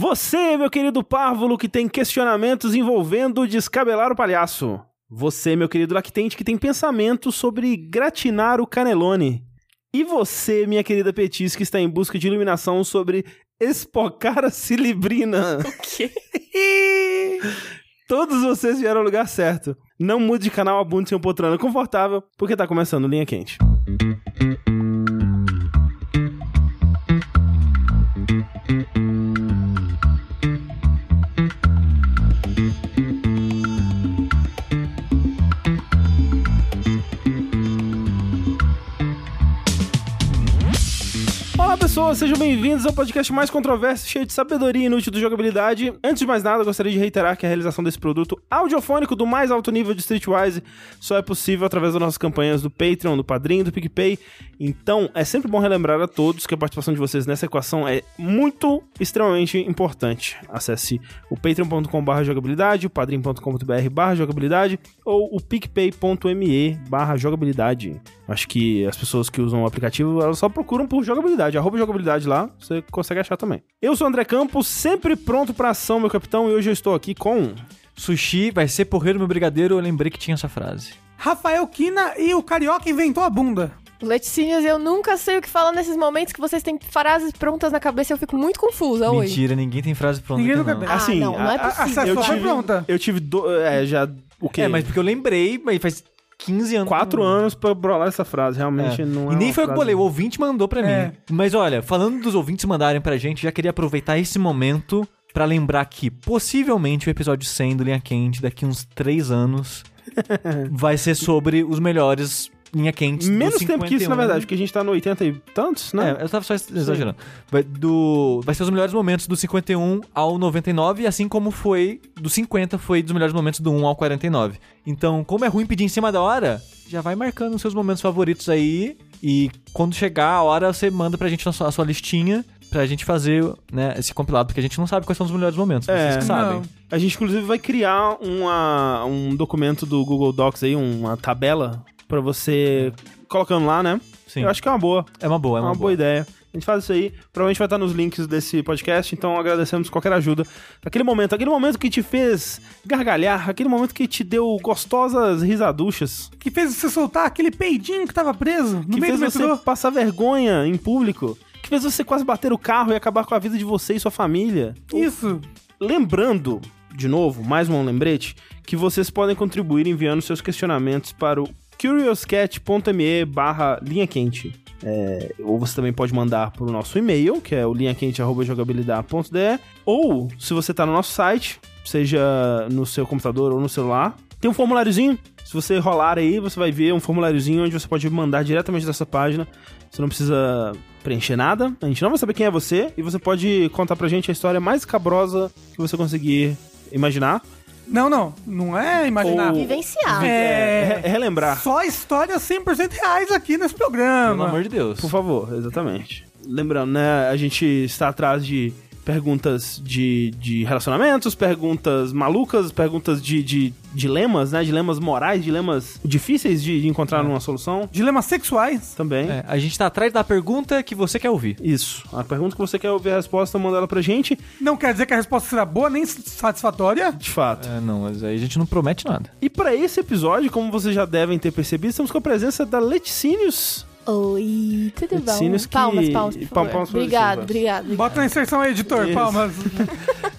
Você, meu querido párvulo, que tem questionamentos envolvendo descabelar o palhaço. Você, meu querido lactente, que tem pensamentos sobre gratinar o canelone. E você, minha querida Petis, que está em busca de iluminação sobre espocar a cilibrina. O quê? Todos vocês vieram ao lugar certo. Não mude de canal, abunde seu poltrona confortável, porque tá começando Linha Quente. Olá pessoas, sejam bem-vindos ao podcast mais controverso, cheio de sabedoria inútil do jogabilidade. Antes de mais nada, eu gostaria de reiterar que a realização desse produto audiofônico do mais alto nível de Streetwise só é possível através das nossas campanhas do Patreon, do Padrim, do PicPay. Então, é sempre bom relembrar a todos que a participação de vocês nessa equação é muito, extremamente importante. Acesse o patreon.com.br jogabilidade, o padrim.com.br barra jogabilidade ou o picpay.me barra jogabilidade. Acho que as pessoas que usam o aplicativo, elas só procuram por jogabilidade. Arroba jogabilidade lá, você consegue achar também. Eu sou o André Campos, sempre pronto pra ação, meu capitão, e hoje eu estou aqui com... Sushi vai ser porreiro meu brigadeiro, eu lembrei que tinha essa frase. Rafael Kina e o Carioca inventou a bunda. Leticínios, eu nunca sei o que falar nesses momentos que vocês têm frases prontas na cabeça e eu fico muito confusa hoje. Mentira, ninguém tem frase pronta Ninguém aqui, nunca não. tem. Ah, assim, não, não é a- a- possível. eu Essa foi tive, pronta. Eu tive... Do... É, já... O quê? É, mas porque eu lembrei, mas faz 15 anos. Quatro que eu não- anos pra brolar essa frase, realmente É. não é E nem uma foi eu frase- que bolei, o ouvinte mandou pra É. mim. Mas olha, falando dos ouvintes mandarem pra gente, já queria aproveitar esse momento pra lembrar que possivelmente o episódio 100 do Linha Quente, daqui uns 3 anos, vai ser sobre os melhores Linha Quentes do Menos tempo que isso, na 51. verdade, porque a gente tá no 80 e tantos, né? É, eu tava só ex- exagerando. Vai, do, vai ser os melhores momentos do 51 ao 99, assim como foi do 50, foi dos melhores momentos do 1 ao 49. Então, como é ruim pedir em cima da hora, já vai marcando os seus momentos favoritos aí. E quando chegar a hora, você manda pra gente a sua, a sua listinha pra gente fazer né, esse compilado, porque a gente não sabe quais são os melhores momentos. É. Vocês que sabem. Não. A gente, inclusive, vai criar uma, um documento do Google Docs aí, uma tabela, pra você colocando lá, né? Sim. Eu acho que é uma boa, É uma boa, é uma, boa. ideia. A gente faz isso aí, provavelmente vai estar nos links desse podcast, então agradecemos qualquer ajuda. Aquele momento, aquele momento que te fez gargalhar, aquele momento que te deu gostosas risaduchas, Que fez você soltar aquele peidinho que tava preso no que meio fez do metrô. você passar vergonha em público, que fez você quase bater o carro e acabar com a vida de você e sua família. Isso. Lembrando, de novo, mais um lembrete, que vocês podem contribuir enviando seus questionamentos para o curiouscat.me barra linha quente. É, ou você também pode mandar para o nosso e-mail, que é o linhaquente.jogabilidade.de, ou se você está no nosso site, seja no seu computador ou no celular, tem um formuláriozinho. Se você rolar aí, você vai ver um formuláriozinho onde você pode mandar diretamente dessa página. Você não precisa preencher nada, a gente não vai saber quem é você, e você pode contar pra gente a história mais cabrosa que você conseguir imaginar. Não, não. Não é imaginar. Ou- Vivenciar. É. re- relembrar. Só histórias 100% reais aqui nesse programa. Pelo amor de Deus. Por favor, exatamente. Lembrando, né? A gente está atrás de perguntas de, de relacionamentos, perguntas malucas, perguntas de, de dilemas, né? Dilemas morais, dilemas difíceis de, de encontrar É. uma solução Dilemas sexuais. também. É, a gente tá atrás da pergunta que você quer ouvir. Isso. A pergunta que você quer ouvir a resposta, manda ela pra gente, Não quer dizer que a resposta será boa nem satisfatória. de fato. É, não, mas aí a gente não promete nada. E pra esse episódio, como vocês já devem ter percebido, estamos com a presença da Leticínios. Oi, tudo bom? Laticínios que- Palmas, palmas, por favor. palmas pra obrigado, Leticínios. obrigado. Bota na inserção aí, editor. Isso. Palmas.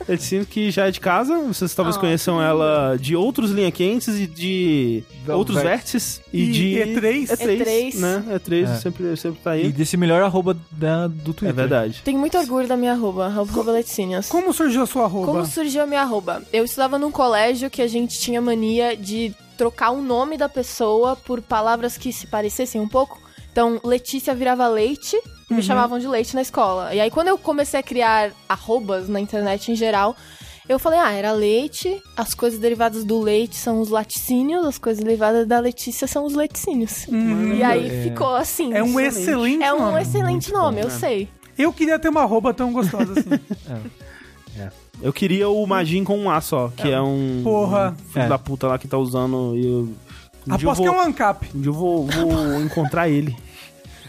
Leticínios que já é de casa, vocês talvez Ah. conheçam ela de outros linha quentes e de Da outros vértices e, E de E3. E3, E3. né? E3 É. sempre sempre tá E aí. desse melhor arroba da- do Twitter. É verdade. Tenho muito orgulho da minha arroba, arroba Leticínios. Como surgiu a sua Como roupa? surgiu a minha arroba? Eu estudava num colégio que a gente tinha mania de trocar o nome da pessoa por palavras que se parecessem um pouco. Então, Letícia virava leite, e Uhum. me chamavam de leite na escola. E aí, quando eu comecei a criar arrobas na internet em geral, eu falei, ah, era leite, as coisas derivadas do leite são os laticínios, as coisas derivadas da Letícia são os leticínios. Uhum. E aí É. ficou assim. É um excelente. excelente É um nome. excelente Muito bom, nome, eu né? sei. Eu queria ter uma roupa tão gostosa assim. Eu queria o Magin com um A só, que é, um Porra. um filho É. da puta lá que tá usando e eu, um dia eu Aposto que é vou, um ANCAP. um dia eu vou, vou encontrar ele.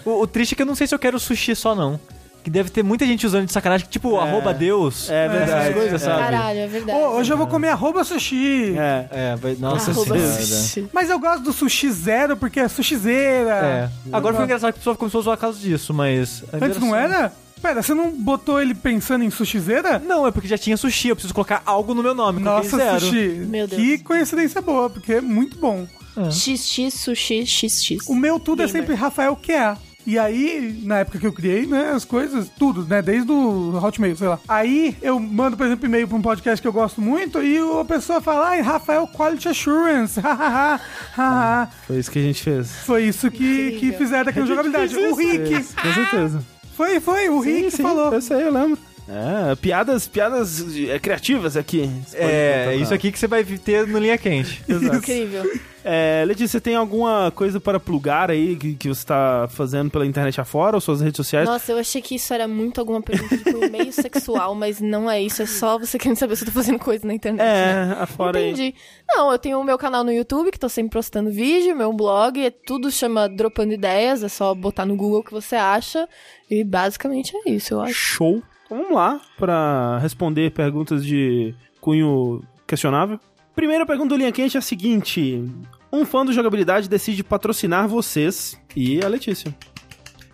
O, o triste é que eu não sei se eu quero sushi só, não. que deve ter muita gente usando de sacanagem, tipo É. arroba Deus. É verdade. Essas coisas, É. sabe? Caralho, é verdade. Ô, hoje eu vou comer arroba sushi. É. É, vai- nossa Arroba senhora. sushi. Mas eu gosto do sushi zero porque é sushizeira. É. Ah, Agora foi engraçado que o pessoal começou a usar a causa disso, mas. É. Antes não né? era? Pera, você não botou ele pensando em sushizeira? Não, é porque já tinha sushi, eu preciso colocar algo no meu nome. coloquei Nossa, zero. sushi. Meu Deus. Que coincidência boa, porque é muito bom. Ah. XX, sushi, XX. O meu tudo é Gamer. sempre Rafael QA. E aí, na época que eu criei, né, as coisas, tudo, né, desde o Hotmail, sei lá. Aí eu mando, por exemplo, e-mail pra um podcast que eu gosto muito e o- a pessoa fala, ai, Rafael Quality Assurance, hahaha, haha. Foi isso que a gente fez. É, Foi isso que, Incrível. que fizeram aqui no Jogabilidade. O Rick, Com certeza. foi, foi, o Rick falou. Eu sei, eu lembro. É, piadas, piadas é, criativas aqui. tá. É, é isso aqui que você vai ter no linha quente. Incrível. É, Letícia, você tem alguma coisa para plugar aí que, que você tá fazendo pela internet afora ou suas redes sociais? Nossa, eu achei que isso era muito alguma pergunta tipo, meio sexual, mas não é isso. É só você querendo saber se eu tô fazendo coisa na internet. né? É, afora aí. Entendi. Não, eu tenho o meu canal no YouTube, que tô sempre postando vídeo, meu blog, é tudo chama Dropando Ideias, é só botar no Google o que você acha. E basicamente é isso, eu acho. Show. Então vamos lá para responder perguntas de cunho questionável. Primeira pergunta do Linha Quente é a seguinte: Um fã do jogabilidade decide patrocinar vocês e a Letícia.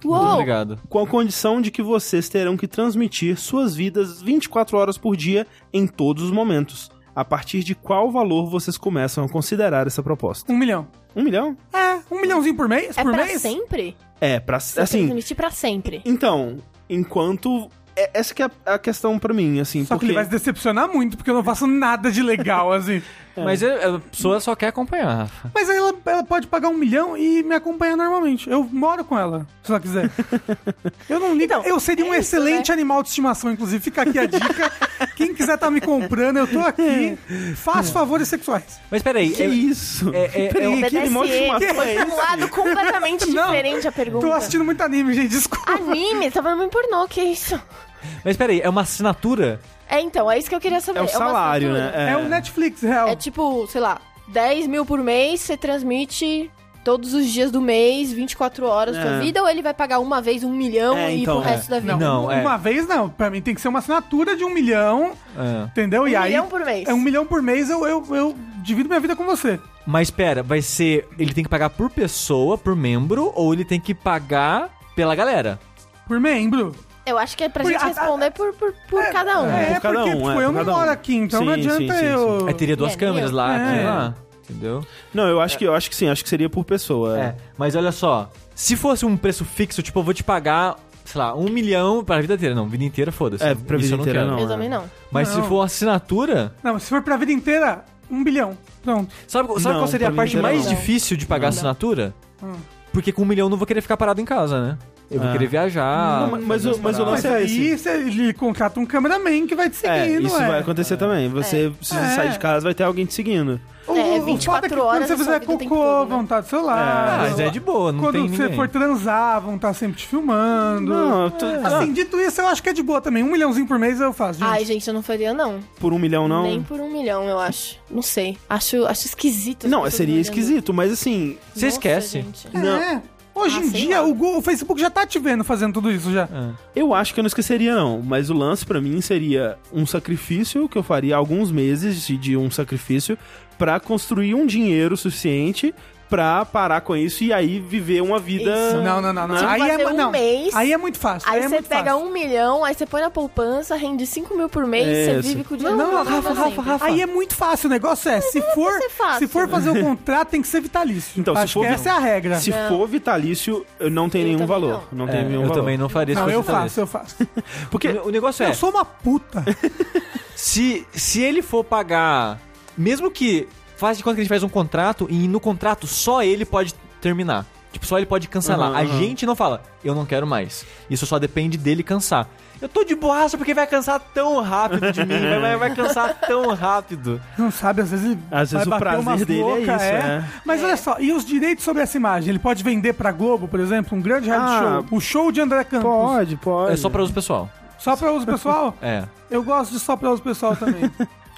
Muito Uou! obrigado. Com a condição de que vocês terão que transmitir suas vidas 24 horas por dia em todos os momentos. A partir de qual valor vocês começam a considerar essa proposta? Um milhão. Um milhão? É, um milhãozinho por mês? É por pra mês? sempre? É, pra. Você Assim, transmitir pra sempre. Então, enquanto. é- Essa que é a- a questão pra mim, assim. Só que porque... ele vai se decepcionar muito, porque eu não faço nada de legal, assim. É. Mas a a pessoa só quer acompanhar, Rafa. Mas ela, ela pode pagar um milhão e me acompanhar normalmente. Eu moro com ela, se ela quiser. Eu não ligo. eu seria um é isso, excelente animal de estimação, inclusive. Fica aqui a dica. Quem quiser tá me comprando, eu tô aqui. Faço favores sexuais. Mas peraí, Que é- isso? é- é- Peraí, é- que animal de obedece estimação ele. é Foi pra um lado completamente Não, diferente a pergunta. Tô assistindo muito anime, gente. Desculpa. Anime? Tá falando em pornô, que isso? mas peraí, é uma assinatura? É, então, é isso que eu queria saber. É o uma salário, assinatura. né? É, o Netflix, real. É tipo, sei lá, 10 mil por mês, você transmite todos os dias do mês, 24 horas da É. sua vida, ou ele vai pagar uma vez um milhão É, e então, pro é. resto da vida? Não. é. Uma vez não. Pra mim tem que ser uma assinatura de um milhão, É. entendeu? Um e aí. milhão por mês. É um milhão por mês, eu, eu, eu divido minha vida com você. Mas pera, vai ser. Ele tem que pagar por pessoa, por membro, ou ele tem que pagar pela galera? Por membro. Eu acho que é pra Por- gente a- a- responder por, por, por cada um. É, por cada porque um, tipo, é, eu por não cada um. moro aqui, então não Sim, sim, adianta sim, eu. Aí teria duas É, câmeras meu. lá, É. sei lá, entendeu? Não, eu acho, que, eu acho que sim, acho que seria por pessoa. É, mas olha só, se fosse um preço fixo, tipo, eu vou te pagar, sei lá, um milhão pra vida inteira. Não, vida inteira, foda-se. É, pra Isso vida eu não inteira, quero. não. Eu também não. Mas Não. se for uma assinatura, Não, se for pra vida inteira, um bilhão. Pronto. Então, sabe, sabe Não, qual seria a pra vida parte inteira, mais não. difícil de pagar a assinatura? Hum. Porque com um milhão eu não vou querer ficar parado em casa, né? Eu vou É. querer viajar. Não, mas- mas fazer o- mas umas o paradas. lance Mas Nossa, é aí você- ele contrata um cameraman que vai te É, seguindo, isso ué. vai acontecer também. Você precisa É. sair de casa, vai ter alguém te seguindo. O, É, o 24 foda é que horas Quando da você fizer sua vida tem cocô, tudo, né? vão estar do seu Ah, lado. mas é de boa, não Quando tem você ninguém. for transar, vão estar sempre te filmando. Não, eu tô- Assim, ah, dito isso, eu acho que é de boa também. Um milhãozinho por mês eu faço, gente. Ai, gente, eu não faria, não. por um milhão não. Nem por um milhão, eu acho. Não sei. Acho, acho esquisito. as Não, é, pessoas seria olhando. esquisito, mas assim. Nossa, Você esquece. gente. Não, É. Hoje Ah, em sei dia, lá. o, Google- o Facebook já tá te vendo fazendo tudo isso já. eu acho que eu não esqueceria, não. Mas o lance pra mim seria um sacrifício que eu faria alguns meses de, de um sacrifício pra construir um dinheiro suficiente pra parar com isso e aí viver uma vida. Isso. Não, não, não, não. Tipo, aí vai é, ter mu- um não. mês, aí é muito fácil. Aí é você muito pega fácil. um milhão, aí você põe na poupança, rende 5 mil por mês, você Isso. vive com o Não, dinheiro. não, pra Rafa, Rafa, sempre. Rafa. Aí é muito fácil. O negócio é, se for, ser fácil. se for fazer o contrato, tem que ser vitalício. Então, se Acho for que vi- essa é a regra. Se Não. for vitalício, eu não tem Eu nenhum também valor. um Não, tem É, nenhum eu valor. também não faria isso Não, com eu certeza. faço, eu faço. Porque O- O negócio é, Eu sou uma puta. se, se ele for pagar, mesmo que faz de conta que a gente faz um contrato e no contrato só ele pode terminar. Tipo, só ele pode cancelar. Uhum, a uhum. gente não fala, eu não quero mais. Isso só depende dele cansar. Eu tô de borracha porque vai cansar tão rápido de mim, vai- vai, vai cansar tão rápido. Não sabe, às vezes ele Às vai vezes o bater prazer umas dele é louca, isso, é. né? Mas olha só, e os direitos sobre essa imagem? Ele pode vender pra Globo, por exemplo, um grande Ah, reality show. O show de André Campos. pode, pode. É só É pra uso pessoal. Só pra uso pessoal? É. É. Eu gosto de só pra uso pessoal também.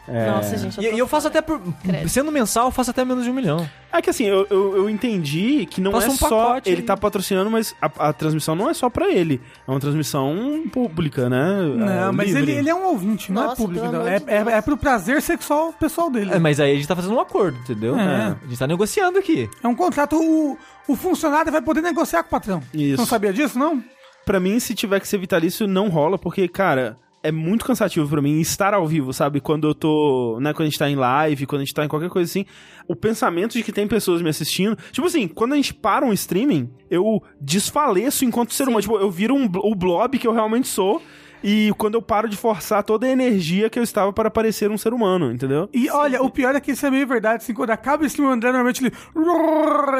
Nossa, gente. E, Eu, e eu faço até por. Credo. Sendo mensal, eu faço até menos de um milhão. É que assim, eu, eu, eu entendi que não Faça é um só pacote ele aí. tá patrocinando, mas a, a transmissão não é só pra ele. É uma transmissão pública, né? Não, É, mas ele, livre. ele é um ouvinte, não é Nossa, público. pelo Não. amor É, de é, Deus. é pro prazer sexual pessoal dele. É, mas aí a gente tá fazendo um acordo, entendeu? É. A gente tá negociando aqui. É um contrato, o, o funcionário vai poder negociar com o patrão. Isso. Não sabia disso, não? Pra mim, se tiver que ser vitalício, não rola, porque, cara, é muito cansativo pra mim estar ao vivo, sabe? Quando eu tô, né, quando a gente tá em live, quando a gente tá em qualquer coisa assim, o pensamento de que tem pessoas me assistindo, tipo assim, quando a gente para um streaming, eu desfaleço enquanto ser humano, tipo, eu viro um, bl- o blob que eu realmente sou. E quando eu paro de forçar toda a energia que eu estava para parecer um ser humano, entendeu? E olha, o pior é que isso é meio verdade. Assim, quando acaba o stream, o André normalmente ele.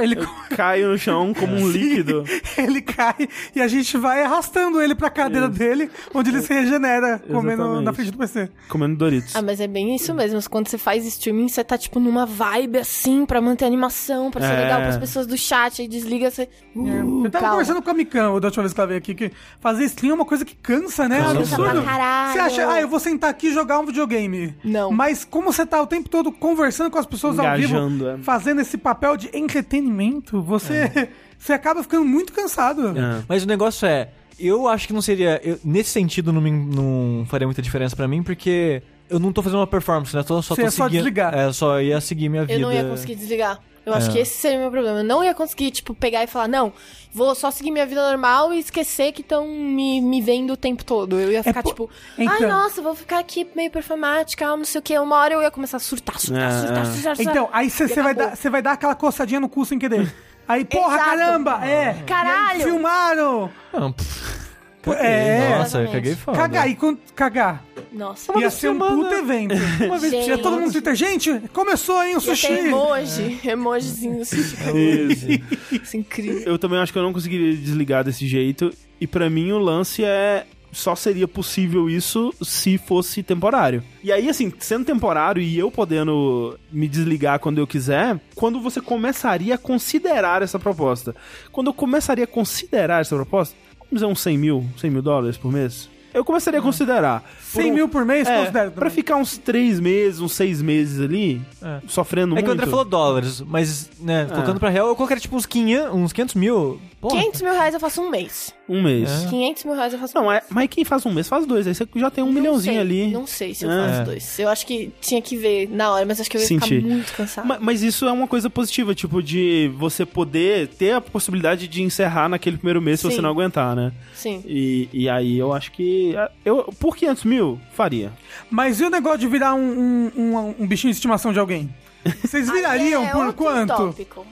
Ele, Caio no chão como um líquido. ele cai e a gente vai arrastando ele pra cadeira dele, onde ele se regenera, comendo É. Exatamente. na frente do PC. Comendo Doritos. Ah, mas é bem isso mesmo. Quando você faz streaming, você tá, tipo, numa vibe assim, pra manter a animação, pra ser É. legal pras pessoas do chat, aí desliga, você. Hum. Uh, Eu tava calma. conversando com a Mikan da última vez que ela veio aqui, que fazer stream é uma coisa que cansa, Cansa né? tá Absurdo. tá pra caralho. Você acha, ah, eu vou sentar aqui e jogar um videogame. Não. Mas como você tá o tempo todo conversando com as pessoas ao Engajando, vivo, é. fazendo esse papel de entretenimento, você, você acaba ficando muito cansado. É. Mas o negócio é, eu acho que não seria. eu- nesse sentido, não, me- não faria muita diferença pra mim, porque eu não tô fazendo uma performance, né? Tô, só Você tô ia só seguindo- desligar. É, só ia seguir minha vida. Eu não ia conseguir desligar. Eu É. acho que esse seria o meu problema. Eu não ia conseguir, tipo, pegar e falar, não, vou só seguir minha vida normal e esquecer que estão me, me vendo o tempo todo. É Eu ia ficar, po- tipo, ai, Então. nossa, vou ficar aqui meio performática, não sei o quê. Uma hora eu ia começar a surtar, surtar, É, surtar, é. surtar, surtar. Então, aí você E você vai, acabou. dar- você vai dar aquela coçadinha no cu sem querer. Aí, porra, Exato. caramba! É! E aí, Caralho. Filmaram! Não, pff, É. Nossa, eu Exatamente. caguei foda. Cagar, e quando cagar? Nossa, Ia ser um filmando. puto evento. Uma vez Gente. tinha Ia todo mundo no Twitter, gente, começou, hein, o ia ter um sushi! emoji, É. emojizinho, sushi. Isso. Isso é incrível. Eu também acho que eu não conseguiria desligar desse jeito. E pra mim o lance é. Só seria possível isso se fosse temporário. E aí, assim, sendo temporário e eu podendo me desligar quando eu quiser, quando você começaria a considerar essa proposta? Quando eu começaria a considerar essa proposta, vamos dizer uns 100 mil, 100 mil dólares por mês? Eu começaria a Uhum. considerar. Por 100 um- mil por mês, É, considero pra também. ficar uns 3 meses, uns 6 meses ali, É. sofrendo É muito. que o André falou dólares, mas, né, Ah. colocando pra real, eu colocaria tipo uns 500, uns 500 mil. Porra. 500 mil reais eu faço um mês. Um mês. É. 500 mil reais eu faço um Não, mês. é, mas quem faz um mês faz dois, aí você já tem um milhãozinho sei, ali. Não sei se eu É. faço dois. Eu acho que tinha que ver na hora, mas acho que eu ia Sentir. ficar muito cansado. Ma- Mas isso é uma coisa positiva, tipo, de você poder ter a possibilidade de encerrar naquele primeiro mês se Sim. você não aguentar, né? Sim. E, e aí eu acho que. é, Eu, por 500 mil, faria. Mas e o negócio de virar um, um, um- um bichinho de estimação de alguém? Vocês virariam É por outro quanto? tópico.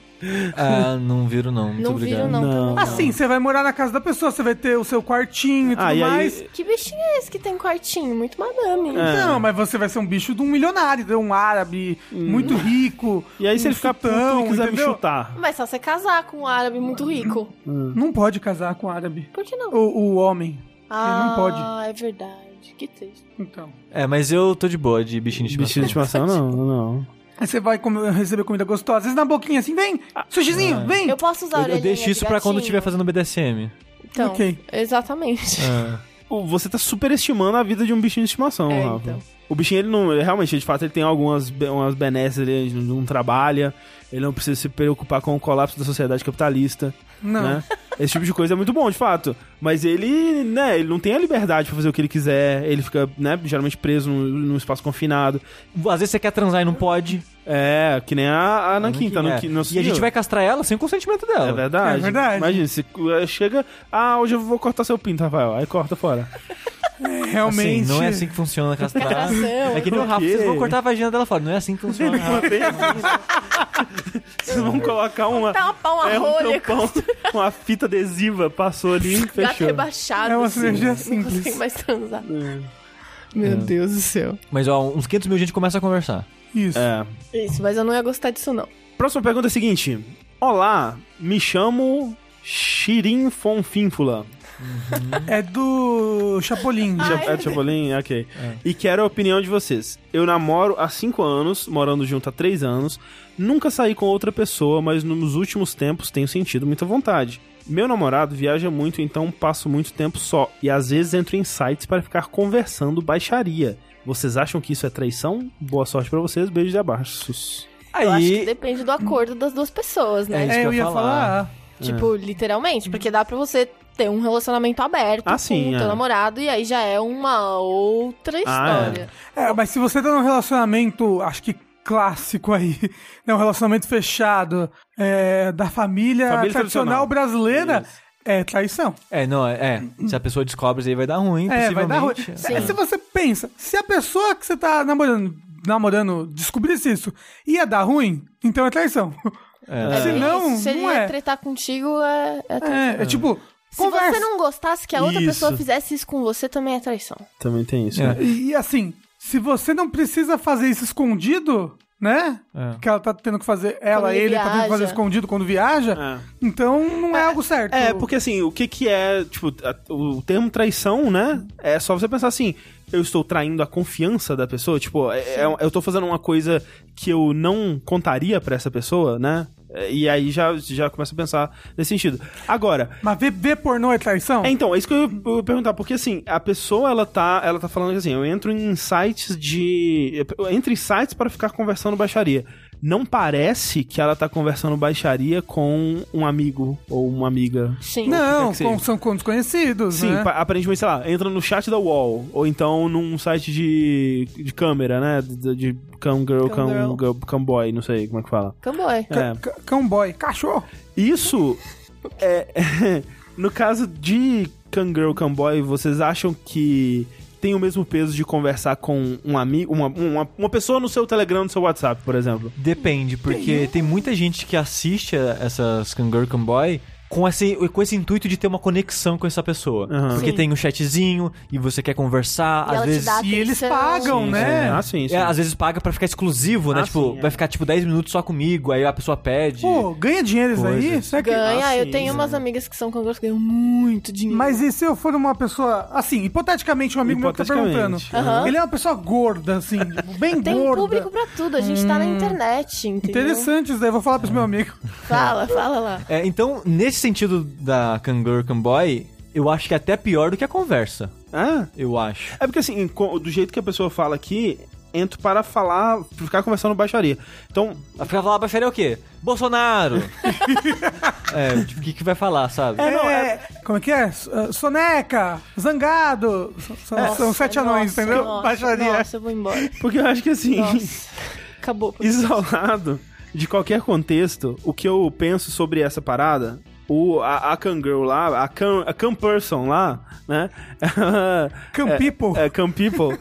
Ah, não viro não, muito Não obrigado. viram, não. tá Não. também. Assim, você vai morar na casa da pessoa, você vai ter o seu quartinho e tudo Ah, e aí- mais. Que bichinho é esse que tem quartinho? Muito madame. É. É. Não, mas você vai ser um bicho de um milionário, de um árabe muito rico. Hum. E aí, se um ele ficar puto sultão, e quiser entendeu? me chutar. Mas só você casar com um árabe muito rico. Não pode casar com árabe. Por que não? O, o homem. ah, não pode. é verdade. Que triste. Então. É, mas eu tô de boa de Um bichinho de Bichinho de estimação. estimação, não, não. Aí você vai comer- receber comida gostosa, às vezes na boquinha assim, vem, Ah, é. sushizinho, vem. Eu posso usar a Eu, eu orelhinha deixo né, de isso pra quando eu gatinho? estiver fazendo BDSM. Então, Ok. exatamente. Ah. O- Você tá superestimando a vida de um bichinho de estimação, É, Rafa. então. O bichinho, ele não. ele Realmente, de fato, ele tem algumas be- umas benesses, ele não não trabalha, ele não precisa se preocupar com o colapso da sociedade capitalista. Não. né? Esse tipo de coisa é muito bom, de fato. Mas ele, né, ele não tem a liberdade pra fazer o que ele quiser, ele fica, né, geralmente preso num, num espaço confinado. Às vezes você quer transar e não pode. É, que nem a Anakin, tá? É. No, no, E a gente vai castrar ela sem o consentimento dela. É verdade. É verdade. Imagina, se eh, chega. Ah, hoje eu vou cortar seu pinto, Rafael. Aí corta fora. Realmente. Assim, não é assim que funciona castrar. Castração. É que nem o Por Rafa, quê? vocês vão cortar a vagina dela fora. Não é assim que funciona. assim, né? Vocês vão colocar uma. Tapar uma é, um rolha tampão, uma fita adesiva, passou ali e com o gato fechou. rebaixado. É uma assim, cirurgia Não simples. consigo mais transar. Meu É. Deus do céu. Mas ó, uns 500 mil gente começa a conversar. Isso. É. Isso, mas eu não ia gostar disso, não. Próxima pergunta é a seguinte: Olá, me chamo Shirin Fonfínfula. É do Chapolin. Cha- é do Chapolin? Ok. E quero a opinião de vocês. Eu namoro há 5 anos, morando junto há 3 anos. Nunca saí com outra pessoa, mas nos últimos tempos tenho sentido muita vontade. Meu namorado viaja muito, então passo muito tempo só. E às vezes entro em sites para ficar conversando baixaria. Vocês acham que isso é traição? Boa sorte pra vocês, beijos e abraços. Eu acho que Aí. depende do acordo das duas pessoas, É né? isso que É, eu eu ia ia falar. Tipo, É. literalmente, porque dá pra você ter um relacionamento aberto Ah, sim, com o é. teu namorado e aí já é uma Ah, outra história. É, mas se você tá num relacionamento, acho que clássico aí, né? Um relacionamento fechado é, da família, Família tradicional. tradicional, brasileira, Isso. é traição. É, não, é. é. Se a pessoa descobre, isso aí vai dar ruim, É, vai dar ruim. possivelmente. Sim. É, Se você pensa, se a pessoa que você tá namorando, namorando descobrisse isso, ia dar ruim, então é traição. É. Se bem não, isso. se não ele é. tretar contigo, é, é traição. É, é tipo, Se conversa. você não gostasse que a outra Isso. pessoa fizesse isso com você, também é traição. Também tem isso, É. né? E, e assim, se você não precisa fazer isso escondido, né? É. Que ela tá tendo que fazer, ela, Quando ele tá tendo que viaja. fazer escondido quando viaja, então não é, algo certo. É, porque assim, o que que é, tipo, a- o termo traição, né? É só você pensar assim, eu estou traindo a confiança da pessoa, tipo, é- é- eu tô fazendo uma coisa que eu não contaria pra essa pessoa, né? E aí já, já começa a pensar nesse sentido. Agora, Mas ver, ver pornô é traição? É, então, é isso que eu ia eu ia perguntar, porque assim, a pessoa ela tá, ela tá falando que assim, eu entro em sites de. eu entro em sites para ficar conversando baixaria. Não parece que ela tá conversando baixaria com um amigo ou uma amiga. Sim. Não, que seja. com, são com desconhecidos, Sim, né? pa- aparentemente, sei lá, entra no chat da Wall, ou então num site de, de câmera, né? De, de cam girl, cam, Cam girl. girl, cam boy, não sei como é que fala. Camboy. É. C- c- Cowboy, cachorro. Isso é, no caso de Kangirl Camboy, vocês acham que tem o mesmo peso de conversar com um amigo, uma, uma, uma pessoa no seu Telegram, no seu WhatsApp, por exemplo? Depende, porque tem muita gente que assiste a- essas Kangaroo Camboy com esse, com esse intuito de ter uma conexão com essa pessoa. Aham. Porque Sim. tem um chatzinho e você quer conversar, E às ela te vezes. dá E eles Atenção. pagam, Sim, né? sim. Ah, sim, sim. É, às vezes paga pra ficar exclusivo, né? Ah, tipo, sim, é. vai ficar tipo 10 minutos só comigo, aí a pessoa pede. Pô, ganha dinheiro isso aí? Coisas. Será É que... Ganha, Ah, sim, eu tenho umas né? amigas que são cangurus que ganham muito dinheiro. Mas e se eu for uma pessoa, assim, hipoteticamente, um amigo meu que tá perguntando. Hipoteticamente. Aham. Ele é uma pessoa gorda, assim, tipo, bem Tem gorda. Hum. público pra tudo, a gente tá na internet, entendeu? Interessante isso daí, vou falar pros meus amigos. Fala, fala lá. É, então, nesse sentido da Kangaroo Camboy, eu acho que é até pior do que a conversa. Ah, Eu acho. é porque assim, co- do jeito que a pessoa fala aqui, entro para falar, para ficar conversando baixaria. Então, Vai ficar falar baixaria "Ah, o quê? Bolsonaro! é, tipo, o que, que vai falar, sabe? É, Como é que é? S- ah, Soneca, Zangado. s- São, É, são Nossa, sete anões, É. nossa, entendeu? Nossa, Baixaria. Nossa, eu vou embora. porque eu acho que assim, Nossa. Acabou. isolado de qualquer contexto, o que eu penso sobre essa parada, o, a, a Kangirl lá, a Cam, a Cam Person lá, né? Cam É, people. É, Cam People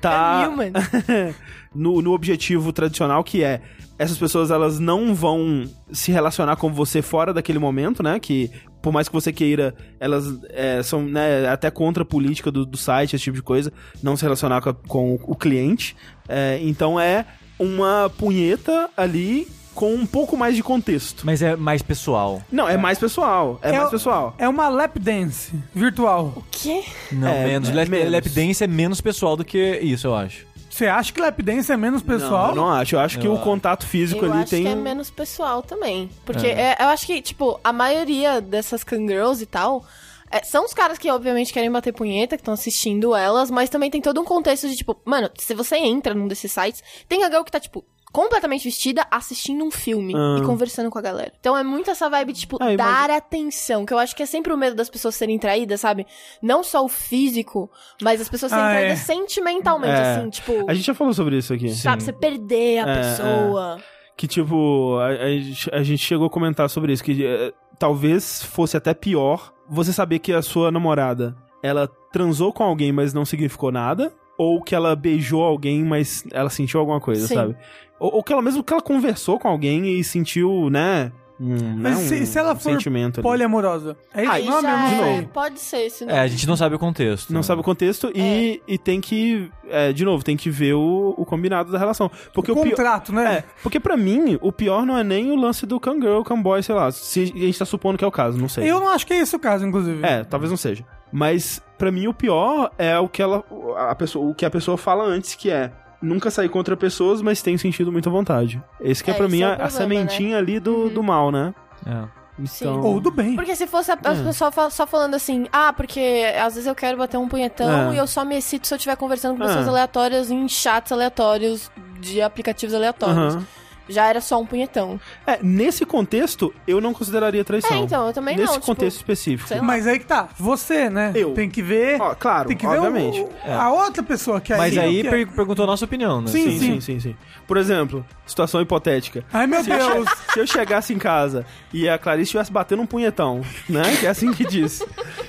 tá Ah. Cam human. no, no objetivo tradicional que é essas pessoas elas não vão se relacionar com você fora daquele momento, né? Que por mais que você queira, elas é, são né, até contra a política do, do site, esse tipo de coisa, não se relacionar com, a- com o cliente. É, então é uma punheta ali com um pouco mais de contexto. Mas é mais pessoal. Não, é mais pessoal. É, É mais o- pessoal. É uma lap dance virtual. O quê? Não, É, menos. é, Lap, menos. lap dance é menos pessoal do que isso, eu acho. Você acha que lap dance é menos Não, pessoal? eu não acho. Eu acho que Eu o acho. contato físico Eu ali acho tem. um que é menos pessoal também. Porque é- eu acho que, tipo, a maioria dessas cangirls e tal. é, são os caras que, obviamente, querem bater punheta, que estão assistindo elas, mas também tem todo um contexto de, tipo, mano, se você entra num desses sites, tem a girl que tá, tipo, completamente vestida, assistindo um filme Ah. e conversando com a galera. Então é muito essa vibe, tipo, Ah, imagina- dar atenção, que eu acho que é sempre o medo das pessoas serem traídas, sabe? Não só o físico, mas as pessoas serem Ah, é. traídas sentimentalmente, É. assim, tipo, A gente já falou sobre isso aqui. sabe, você perder a É, pessoa. Que, tipo, a, a gente- a gente chegou a comentar sobre isso, que eh, talvez fosse até pior você saber que a sua namorada, ela transou com alguém, mas não significou nada, ou que ela beijou alguém, mas ela sentiu alguma coisa, Sim. sabe? Ou, ou que ela, mesmo que ela conversou com alguém e sentiu, né, um, Hum, Mas né, se- um- se ela um for sentimento ali. Poliamorosa. É isso? Ah, Aí não já mesmo? é- de novo. Pode ser esse nome. É, a gente não sabe o contexto. Não sabe o contexto né? e, e tem que, eh, de novo, tem que ver o, o combinado da relação. Porque o, pior. Contrato, né? É, porque pra mim, o pior não é nem o lance do Kangirl, Camboy, sei lá. Se a gente tá supondo que é o caso, não sei. Eu não acho que é esse o caso, inclusive. É, talvez não seja. Mas pra mim o pior é o que ela. A pessoa, o que a pessoa fala antes, que é. Nunca sair contra pessoas, mas tenho sentido muito à vontade. Esse que é, É, pra esse mim é o a, a problema, sementinha ali do, do mal, né? É. Então, Ou do bem. Porque se fosse a, Hum. as pessoas fa- só falando assim, ah, porque às vezes eu quero bater um punhetão É. e eu só me excito se eu estiver conversando com É. pessoas aleatórias em chats aleatórios de aplicativos aleatórios. Aham. Já era só um punhetão. É, nesse contexto, eu não consideraria traição. É, então, eu também um. nesse não. tipo, contexto específico. sei lá. Mas aí que tá, você, né? Eu. Tem que ver. Ó, claro, tem que ver um o- obviamente. É. o- a outra pessoa que aí. Mas aí que é- per- perguntou a nossa opinião, né? Sim, Sim, sim, sim, sim. Por exemplo, situação hipotética. Ai, meu Se eu, Deus. che- se eu chegasse em casa e a Clarice estivesse batendo um punhetão, né? Que é assim que diz.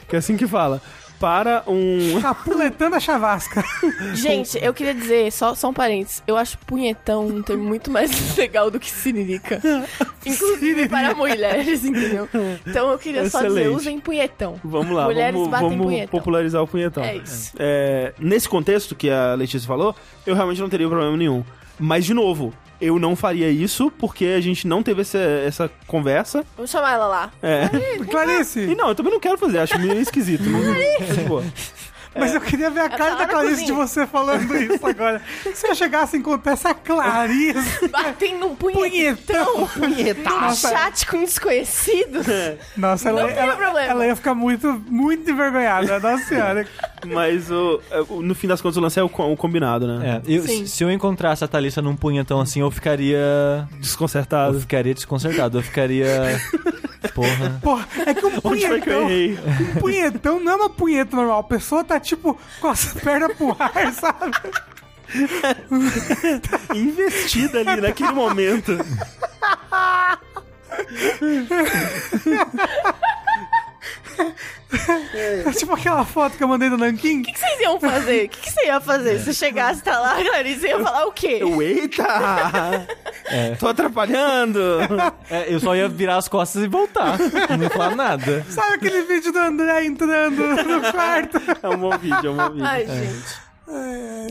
Que é assim que fala. Para um. Tá puletando a chavasca. Gente, eu queria dizer, só, só um parênteses, eu acho punhetão um termo muito mais legal do que sinirica. Inclusive para mulheres, entendeu? Então eu queria só dizer, Excelente. usem punhetão. Vamos lá, Mulheres vamos, batem vamos punhetão. popularizar o punhetão. É isso. É, nesse contexto que a Letícia falou, eu realmente não teria problema nenhum. Mas, de novo, eu não faria isso porque a gente não teve essa, essa conversa. Vamos chamar ela lá. É. Clarice, E não, eu também não quero fazer, acho meio esquisito. Não, tá de boa. mas eu queria ver a cara tá da lá na Clarice de cozinha. você falando isso agora. Se eu chegasse e encontrasse a Clarice. Batem um Punhetão. punhetão. um Punhetão. Num Nossa. chat com desconhecidos. Nossa, ela, Não tem ela- problema. ela ia ficar muito, muito envergonhada, nossa senhora. Mas o- é, o- no fim das contas o lance é o, co- o combinado, né? É, eu- Sim. se eu encontrasse a Thalissa num punhetão assim, eu ficaria. Eu Desconcertado. ficaria desconcertado. Eu ficaria. Porra. Porra, é que um Onde foi que eu punhetão, errei? um punhetão não é uma punheta normal. A pessoa tá tipo com as pernas pro ar, sabe? Investida ali naquele momento. É tipo aquela foto que eu mandei do Nankin. O que vocês iam fazer? O que, que você ia fazer? Se chegasse tá lá, Clarice, ia falar o quê? Eu, eita! É. Tô atrapalhando! É, eu só ia virar as costas e voltar. Não ia falar nada. Sabe aquele vídeo do André entrando no quarto? É um bom vídeo, é um bom vídeo. Ai, gente.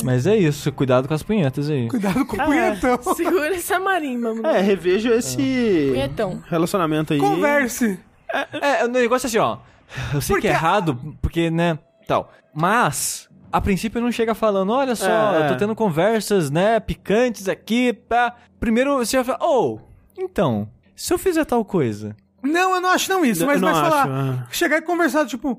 Mas é isso, cuidado com as punhetas aí. Cuidado com o punhetão. Segura essa marimba, mano. É, reveja esse Punhetão. relacionamento aí. Converse. É, o negócio é assim, ó. Eu sei que Porque é a- errado, porque, né, tal. Mas, a princípio não chega falando, olha só, É. eu tô tendo conversas, né, picantes aqui, pá. Primeiro você vai falar, ô, então, se eu fizer tal coisa... Não, eu não acho não isso, Não, mas não vai falar. acho, é. Chegar e conversar, tipo,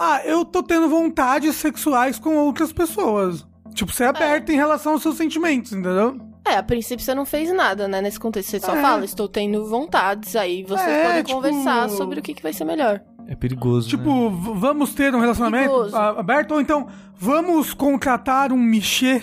ah, eu tô tendo vontades sexuais com outras pessoas. Tipo, ser aberto em relação aos seus sentimentos, entendeu? É, a princípio você não fez nada, né? Nesse contexto, você só É. fala, estou tendo vontades, aí vocês É, podem tipo- conversar sobre o que, que vai ser melhor. É perigoso, né? Tipo, v- vamos ter um relacionamento Perigoso. a- aberto, ou então vamos contratar um michê.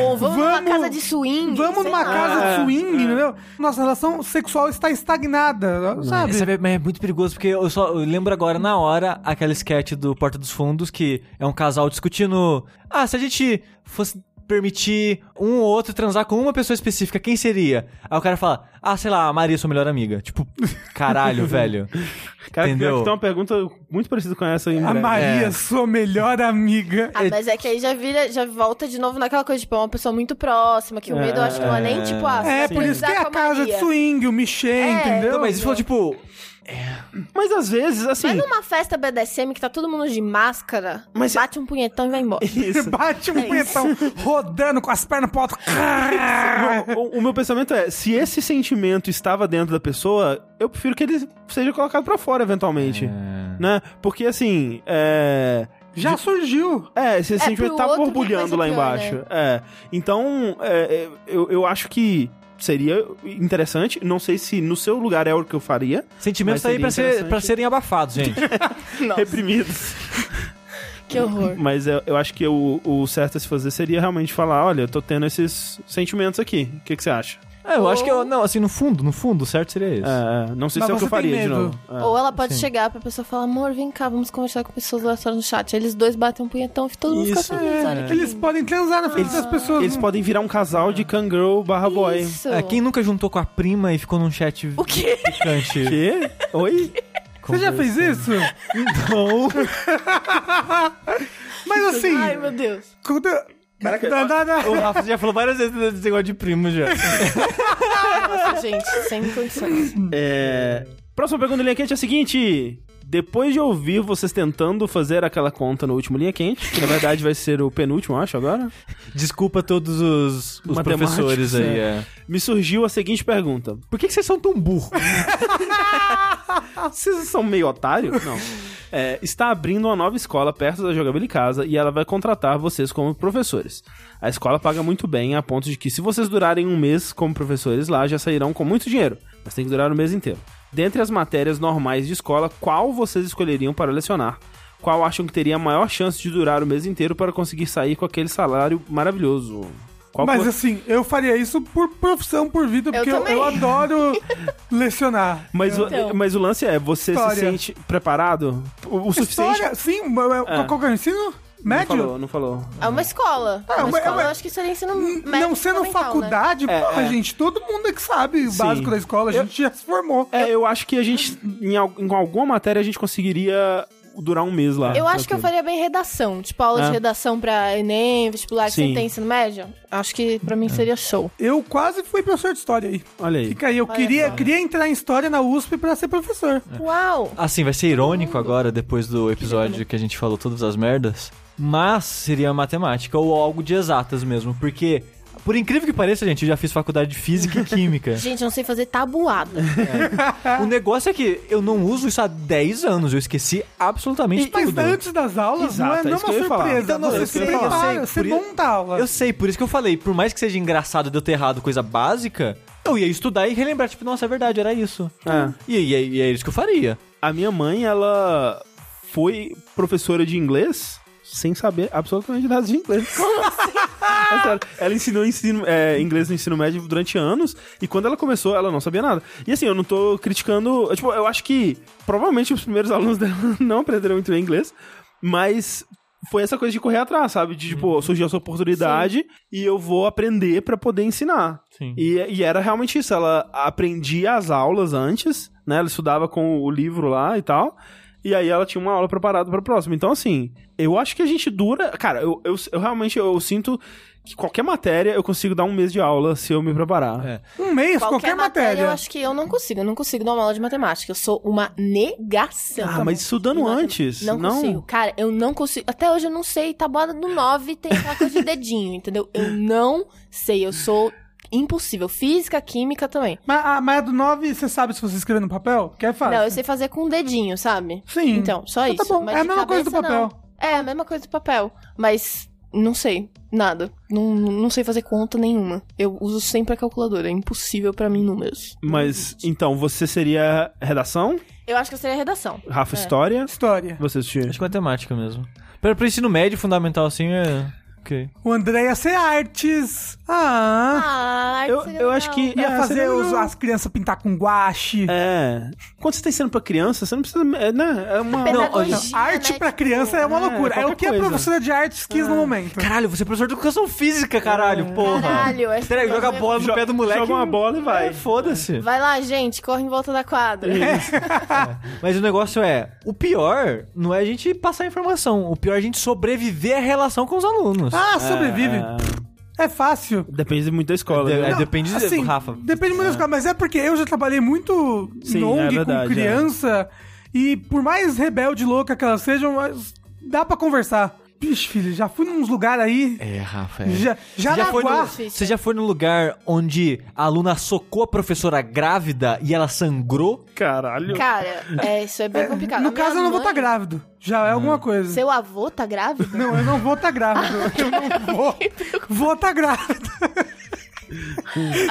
Ou vamos, numa Vamos- casa de swing. Vamos Hum, sei numa lá. casa É, de swing, entendeu? Nossa relação sexual está estagnada, É, sabe? sabe, mas é muito perigoso, porque eu só eu lembro agora, na hora, aquela sketch do Porta dos Fundos, que é um casal discutindo. Ah, se a gente fosse permitir um ou outro transar com uma pessoa específica, quem seria? Aí o cara fala, ah, sei lá, a Maria, sua melhor amiga. Tipo, caralho, velho. Cara, pior Entendeu? que tem uma pergunta muito parecida com essa aí. em A breve. Maria, É. sua melhor amiga. Ah, mas é que aí já vira, já volta de novo naquela coisa, tipo, é uma pessoa muito próxima, que o medo eu acho que não é nem, tipo, ah, você É, vai por isso transar tem com a casa de Maria. É. swing, o michê, entendeu? Não, mas isso foi tipo. Mas às vezes, assim. Vai numa festa BDSM que tá todo mundo de máscara, Mas- bate um punhetão e vai embora. Isso. Bate É um punhetão rodando com as pernas pro alto. O, o meu pensamento é, se esse sentimento estava dentro da pessoa, eu prefiro que ele seja colocado pra fora, eventualmente. Né? Porque, assim, é... Já surgiu. É, esse sentimento pro tá outro, borbulhando que coisa lá pior, embaixo. É. Então, é, é, eu, eu acho que seria interessante. Não sei se no seu lugar é o que eu faria. Mas Sentimentos tá aí seria pra, ser- interessante. pra serem abafados, gente. Reprimidos. Que horror. Mas eu, eu acho que o, o certo a se fazer seria realmente falar: olha, eu tô tendo esses sentimentos aqui. O que, que você acha? é, eu acho que eu. Não, assim, no fundo, no fundo, o certo seria isso. É, é, não sei Mas se é o que você eu faria tem de medo. novo. É. Ou ela pode chegar pra pessoa e falar, amor, vem cá, vamos conversar com pessoas aleatórias no chat. Aí Eles dois batem um punhetão e todo mundo Isso, fica feliz, né? olha que Eles lindo. podem transar na frente das pessoas. Eles podem virar um casal de kangaroo barra boy. Isso. É, quem nunca juntou com a prima e ficou num chat O quê? picante? Quê? Oi? Você já fez isso? Então, Não. Mas assim, Ai, meu Deus. quando... Não, não, não. O Rafa já falou várias vezes desse negócio de primo já. Nossa, gente, sem condições. É... Próxima pergunta do Linha Quente é a seguinte. Depois de ouvir vocês tentando fazer aquela conta no último Linha Quente, que na verdade vai ser o penúltimo, eu acho, agora, Desculpa todos os, os Matemáticos, professores aí. é. é. me surgiu a seguinte pergunta. Por que, que vocês são tão burros? Vocês são meio otário? Não. É, está abrindo uma nova escola perto da Jogabilidade Casa e ela vai contratar vocês como professores. A escola paga muito bem, a ponto de que se vocês durarem um mês como professores lá, já sairão com muito dinheiro, mas tem que durar o mês inteiro. Dentre as matérias normais de escola, qual vocês escolheriam para lecionar? Qual acham que teria a maior chance de durar o mês inteiro para conseguir sair com aquele salário maravilhoso? Qual Mas co- assim, eu faria isso por profissão, por vida, porque eu, também. eu adoro lecionar. Mas, o, Então. mas o lance é, você se História. sente preparado o, o suficiente? História, sim, mas- Ah. qual que é o ensino? Não Médio? falou, não falou. É uma escola. Ah, uma mas- escola, mas- eu acho que seria ensino N- médio não sendo fundamental, né? faculdade, É, porra, é. gente, todo mundo é que sabe o Sim. básico da escola, a gente já se formou. É, eu acho que a gente, em, al- em alguma matéria, a gente conseguiria durar um mês lá. Eu acho que eu faria bem redação, tipo aula É. de redação pra Enem, vestibular, que Sim. você tem ensino médio. Acho que pra mim seria show. Eu quase fui professor de história aí. Olha aí. Fica aí, eu Olha queria, só. queria entrar em história na USP pra ser professor. É. Uau! Assim, vai ser irônico agora, depois do episódio que a gente falou todas as merdas, mas seria matemática ou algo de exatas mesmo, porque, por incrível que pareça, gente, eu já fiz faculdade de física e química. Gente, eu não sei fazer tabuada. o negócio é que eu não uso isso há 10 anos, eu esqueci absolutamente Mas tudo. antes das aulas, tá Exato, é isso não é, não que eu é ia uma falar. surpresa. Então, não, você eu se sei, eu sei, prepara, por você i- monta a aula. Eu sei, por isso que eu falei, por mais que seja engraçado de eu ter errado coisa básica, eu ia estudar e relembrar, tipo, nossa, é verdade, era isso. É. E, e, e é isso que eu faria. A minha mãe, ela foi professora de inglês sem saber absolutamente nada de inglês. É sério. Ela ensinou ensino- é, inglês no ensino médio durante anos e quando ela começou, ela não sabia nada. E assim, eu não tô criticando. eu, Tipo, eu acho que provavelmente os primeiros alunos dela não aprenderam muito bem inglês, mas foi essa coisa de correr atrás, sabe? De tipo, surgiu essa oportunidade e eu vou aprender pra poder ensinar. Sim. E, e era realmente isso. Ela aprendia as aulas antes, né? Ela estudava com o livro lá e tal. E aí ela tinha uma aula preparada pra próxima. Então, assim, eu acho que a gente dura. Cara, eu, eu, eu realmente eu sinto que qualquer matéria eu consigo dar um mês de aula se eu me preparar. É. Um mês, qualquer, Qualquer matéria, matéria. eu acho que eu não consigo. Eu não consigo dar uma aula de matemática. Eu sou uma negação. Ah, mas estudando Em matemática. antes. Tá Não, consigo. Cara, eu não consigo. Até hoje eu não sei. Tabuada do 9 tem aquela coisa de dedinho, entendeu? Eu não sei. Eu sou impossível. Física, química também. Mas, ah, mas a do 9, você sabe se você escrever no papel? Quer fazer? Não, eu sei fazer com o dedinho, sabe? Sim. Então, só Então tá isso. bom, Mas é a de mesma coisa do cabeça, papel. não. É, a mesma coisa do papel. Mas não sei. Nada. Não, não sei fazer conta nenhuma. Eu uso sempre a calculadora. É impossível pra mim números. Mas então, você seria redação? Eu acho que eu seria redação. Rafa, É. história? História. Você assistia? Acho que matemática mesmo. Pra, pra ensino médio, fundamental assim, é. Ok. O André ia ser artes. Ah. Ah, Eu- seria eu acho legal. que- Ia Ah, fazer seria os- legal. as crianças pintar com guache. É. Quando você tá ensinando pra criança, você não precisa. É, né? É uma. Não, Pedagogia, olha, Arte né? pra Tipo, criança é uma é, loucura. É o qualquer que a coisa. professora de artes quis no momento. Caralho, você é professor de educação física, caralho, porra. Caralho, essa Peraí, joga a coisa- bola no Jo- pé do moleque. Joga uma bola e vai. É, foda-se. Vai lá, gente, corre em volta da quadra. Mas o negócio é, o pior não é a gente passar informação, o pior é a gente sobreviver à relação com os alunos. Ah, sobrevive. É fácil. assim, Depende muito da escola. De- né? é depende de- Rafa. Depende muito da escola, mas é porque eu já trabalhei muito Sim, em ONG é com verdade, criança. E por mais rebelde e louca que elas sejam, mas dá pra conversar. Vixe, filho, já fui nos lugares aí. É, Rafa. é. Já, já, Você já, na foi no, guarda- Difícil. você já foi no lugar onde a aluna socou a professora grávida e ela sangrou? Caralho. Cara, é, isso é bem complicado. A No minha caso, eu não vou estar mãe- tá grávido. Já é alguma coisa. Seu avô tá grávido? Não, eu não vou estar tá grávido. Eu não vou. Vou estar tá grávido.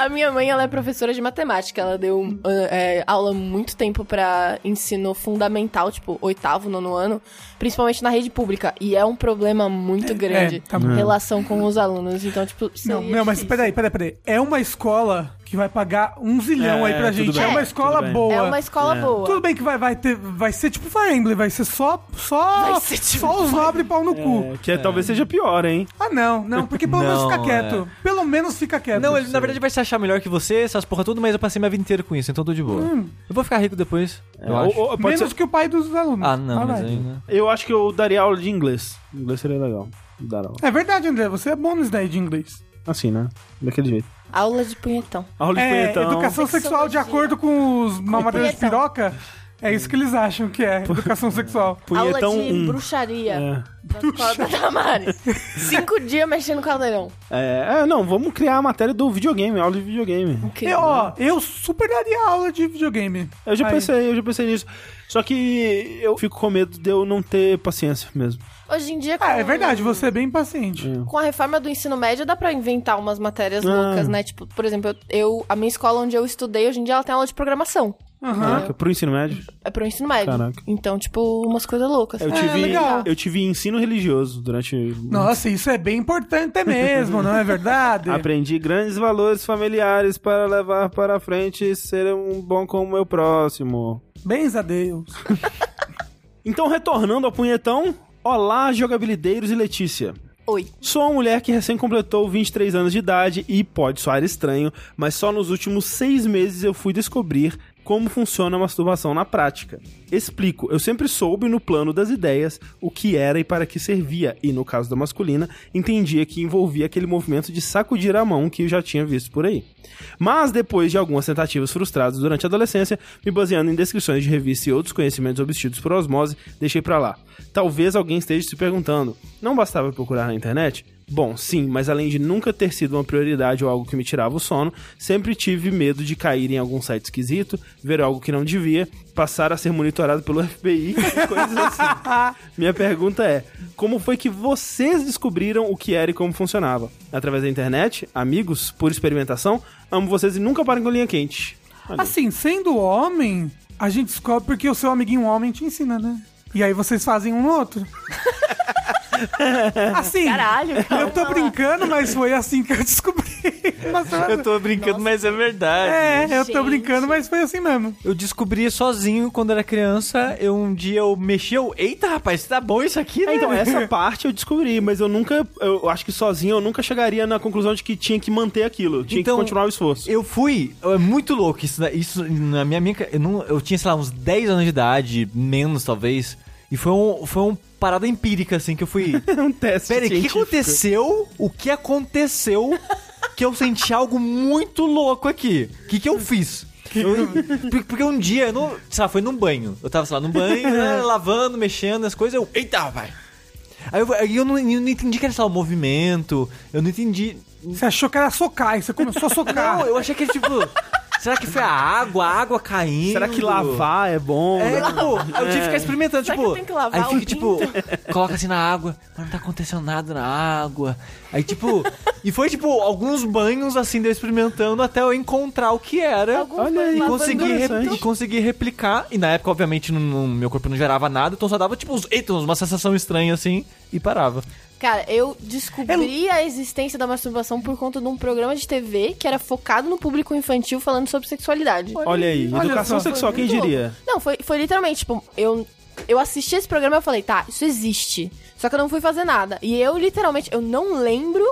A minha mãe, ela é professora de matemática. Ela deu é, aula muito tempo pra ensino fundamental, tipo, oitavo, nono ano, principalmente na rede pública. E é um problema muito grande tá bom. relação com os alunos. Então, tipo, seria Não, não, mas difícil. peraí, peraí, peraí. É uma escola que vai pagar um zilhão É, aí pra tudo gente. bem, é uma tudo escola bem. boa. É uma escola boa. Tudo bem que vai, vai ter. Vai ser tipo Fire Emblem, vai ser só. Só, Vai ser tipo só os nobres pau no cu. Que é, talvez seja pior, hein? Ah, não, não, porque pelo menos Não, fica quieto. é. Pelo menos fica quieto. Não, ele na verdade vai se achar melhor que você, essas porra tudo, mas eu passei minha vida inteira com isso, então tô de boa. Eu vou ficar rico depois, eu Ou- acho. ou- pode Hum, Menos ser- que o pai dos alunos. Ah, não, Ah, mas vai. ainda... Eu acho que eu daria aula de inglês. Inglês seria legal. Dar aula. É verdade, André, você é bom nisso daí de inglês. Assim, né? Daquele jeito. Aula de punhetão. Aula de é, punhetão. educação sexual de Sexologia. acordo com os mamadeiros de punhetão. piroca, é isso que eles acham que é, educação sexual. Punhetão aula de um. bruxaria. É. da escola da Damares. Cinco dias mexendo no caldeirão. É, é, não, vamos criar a matéria do videogame, aula de videogame. Incrível. Eu, ó, eu super daria aula de videogame. Eu já Aí. pensei, eu já pensei nisso. Só que eu fico com medo de eu não ter paciência mesmo. Hoje em dia... Com, Ah, é verdade, você é bem impaciente. Com a reforma do ensino médio dá pra inventar umas matérias Ah. loucas, né? Tipo, por exemplo, eu, eu- a minha escola onde eu estudei, hoje em dia ela tem aula de programação. É. Aham. Caraca, pro ensino médio. É pro ensino médio. Caraca. Então, tipo, umas coisas loucas. Eu É, tive, legal. eu tive ensino religioso durante. Nossa, isso é bem importante mesmo, não é verdade? Aprendi grandes valores familiares para levar para frente e ser um bom com o meu próximo. Bens a Deus. Então, retornando ao punhetão, olá, jogabilideiros e Letícia. Ah. Oi. Sou uma mulher que recém completou 23 anos de idade e pode soar estranho, mas só nos últimos seis meses eu fui descobrir como funciona a masturbação na prática. Explico, eu sempre soube no plano das ideias o que era e para que servia, e no caso da masculina, entendia que envolvia aquele movimento de sacudir a mão que eu já tinha visto por aí. Mas depois de algumas tentativas frustradas durante a adolescência, me baseando em descrições de revista e outros conhecimentos obtidos por osmose, deixei pra lá. Talvez alguém esteja se perguntando: não bastava procurar na internet? Bom, sim, mas além de nunca ter sido uma prioridade ou algo que me tirava o sono, sempre tive medo de cair em algum site esquisito, ver algo que não devia, passar a ser monitorado pelo FBI e coisas assim. Minha pergunta é: como foi que vocês descobriram o que era e como funcionava? Através da internet, amigos, por experimentação? Amo vocês e nunca parem com linha quente. Olha. Assim, sendo homem, a gente descobre porque o seu amiguinho homem te ensina, né? E aí vocês fazem um no outro. assim, Caralho, eu calma tô lá. brincando, mas foi assim que eu descobri. Nossa, Eu tô brincando, mas é verdade. É, eu tô Gente. brincando, mas foi assim mesmo. Eu descobri sozinho quando era criança. Eu um dia eu mexi, eu, eita rapaz, tá bom isso aqui, né? É, então, essa parte eu descobri, mas eu nunca. Eu acho que sozinho eu nunca chegaria na conclusão de que tinha que manter aquilo. Tinha Então, que continuar o esforço. Eu fui, é muito louco isso, da- isso na minha minha, eu, não- eu tinha, sei lá, uns 10 anos de idade, menos talvez, e foi um foi um parada empírica assim que eu fui. É um teste. Pera, aí, o que científico. aconteceu? O que aconteceu que eu senti algo muito louco aqui? O que que eu fiz? Eu- por- porque um dia, eu não, sei lá, foi num banho. Eu tava, sei lá, num banho, né, lavando, mexendo, as coisas, eu, eita, rapaz. Aí eu, aí eu não, eu não entendi que era, sei lá, o movimento, eu não entendi... Você achou que era socar, e você começou a socar. Não, eu achei que era tipo. será que foi a água, a água caindo? Será que lavar é bom? É, tipo, eu tive que ficar experimentando, Né? Será que tipo. eu tenho que lavar aí o fica, tipo, coloca assim na água, mas não tá acontecendo nada na água. Aí, tipo. e foi, tipo, alguns banhos assim, de eu experimentando até eu encontrar o que era. Algum Olha aí, foi E lavando consegui, re- interessante. e consegui replicar. E na época, obviamente, não- não- meu corpo não gerava nada, então só dava, tipo, uns, eita, uma sensação estranha assim e parava. Cara, eu descobri a existência da masturbação por conta de um programa de TV que era focado no público infantil falando sobre sexualidade. Olha aí, Olha educação só. sexual, quem Muito louco. diria? Não, foi, foi literalmente, tipo, eu, eu assisti esse programa e eu falei, tá, isso existe. Só que eu não fui fazer nada. E eu, literalmente, eu não lembro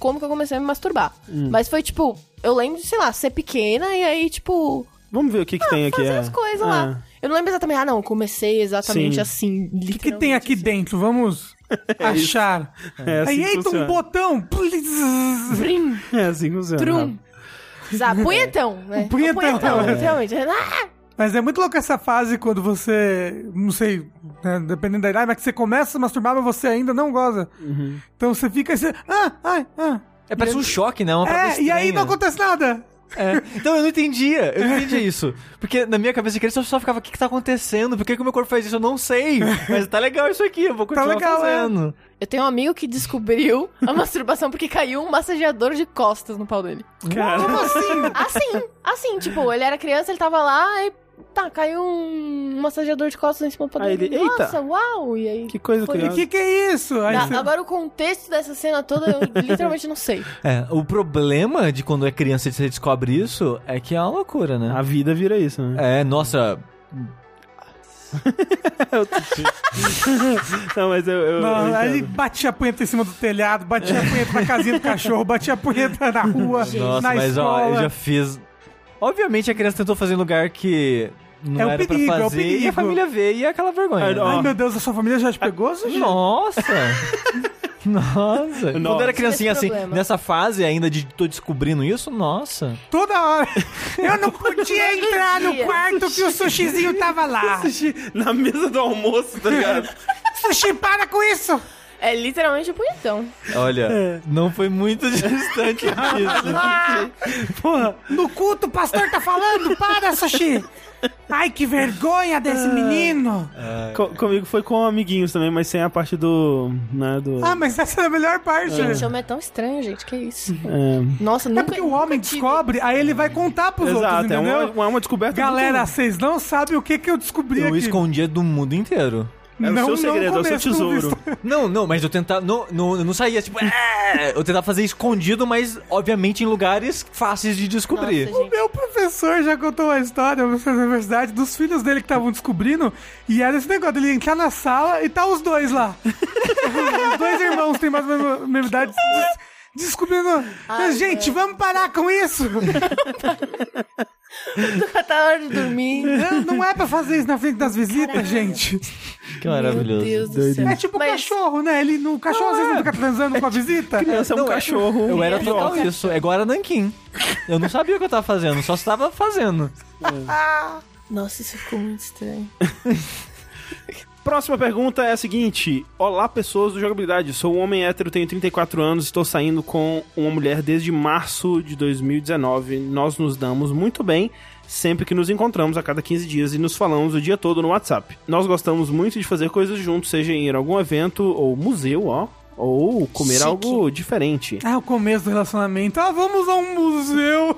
como que eu comecei a me masturbar. Mas foi, tipo, eu lembro de, sei lá, ser pequena e aí, tipo, Vamos ver o que, que tem aqui. fazer é. as coisas É. lá. Eu não lembro exatamente, ah, não, eu comecei exatamente Sim. assim, O que, que tem aqui dentro? Vamos achar. É assim Aí, que eita, um funciona. botão. Brim, É assim que funciona. trum. Sabe, punhetão, né? Punhetão, é. literalmente. Ah! Mas é muito louco essa fase quando você, não sei, né, dependendo da idade, mas que você começa a se masturbar, mas você ainda não goza. Uhum. Então você fica assim, ah, ai, ah. É, parece um choque, né? Uma parada É, e aí estranha. não acontece nada. É. Então eu não entendia, eu não entendia isso. Porque na minha cabeça de criança eu só ficava, o que, que tá acontecendo? Por que, que o meu corpo faz isso? Eu não sei. Mas tá legal isso aqui, eu vou continuar legal, é. fazendo. Eu tenho um amigo que descobriu a masturbação porque caiu um massageador de costas no pau dele. Cara, Como assim? Assim, assim, tipo, ele era criança, ele tava lá e tá, caiu um massageador de costas em cima do pau Aí dele. ele, eita. Nossa, uau! E aí. que coisa E o curiosa. que, que é isso? Aí Na- você- agora o contexto dessa cena toda eu literalmente não sei. É, o problema de quando é criança e você descobre isso é que é uma loucura, né? A vida vira isso, né? Ah. É, nossa. É. Não, mas eu. eu, Não, eu aí entendo. batia a punheta em cima do telhado, batia a punheta na casinha do cachorro, batia a punheta na rua, nossa, na mas escola. ó, eu já fiz. Obviamente a criança tentou fazer em lugar que não É o era perigo, é pra o fazer e a perigo. família vê e é aquela vergonha. Ai, né? ó. Ai, meu Deus, a sua família já te pegou, Sushi? Nossa! Nossa. Quando Nossa. era criancinha Esse assim, problema. nessa fase ainda de tô descobrindo isso, nossa. Toda hora. Eu não podia entrar no Dia. quarto que o sushizinho tava lá. Na mesa do almoço, tá ligado? Sushi, para com isso! É literalmente bonitão. Olha, não foi muito distante disso. Porra, No culto o pastor tá falando, para, Sushi! Ai, que vergonha desse menino! co- comigo foi com amiguinhos também, mas sem a parte do. Né, do Ah, mas essa é a melhor parte. Gente, homem é tão estranho, gente. Que isso? é. Nossa, É nunca... porque o homem nunca tive. descobre, aí ele vai contar pros outros, Exato, é entendeu? uma, uma, uma descoberta. Galera, muito- vocês não sabem o que, que eu descobri Eu aqui. escondia do mundo inteiro. é o Não, seu não segredo, é o seu começo do tesouro. visto. Não, não, mas eu tentava. Não, não, eu não saía, tipo. "É!" Eu tentava fazer escondido, mas obviamente em lugares fáceis de descobrir. Nossa, gente. Meu professor já contou uma história, uma professor da universidade, dos filhos dele que estavam descobrindo, e era esse negócio, ele entrar na sala e tá os dois lá. os dois irmãos têm mais ou menos a mesma idade. des- Descobrindo. Gente, vamos parar com isso! Tá na hora de dormir. Não é pra fazer isso na frente das visitas, gente. que maravilhoso. Meu Deus do céu. É tipo Mas- é. cachorro, né? Ele, no cachorro às vezes não fica transando com a visita. Criança é um Não, é- cachorro. Eu era um total idiota. isso. É Guarananquim. Eu não sabia o que eu tava fazendo, só estava fazendo. Nossa, isso ficou muito estranho. Próxima pergunta é a seguinte: Olá, pessoas do Jogabilidade. Sou um homem hétero, tenho 34 anos, estou saindo com uma mulher desde março de 2019. Nós nos damos muito bem sempre que nos encontramos a cada 15 dias e nos falamos o dia todo no WhatsApp. Nós gostamos muito de fazer coisas juntos, seja em ir a algum evento ou museu, ó, ou comer Chique. algo diferente. Ah, o começo do relacionamento. Ah, vamos a um museu.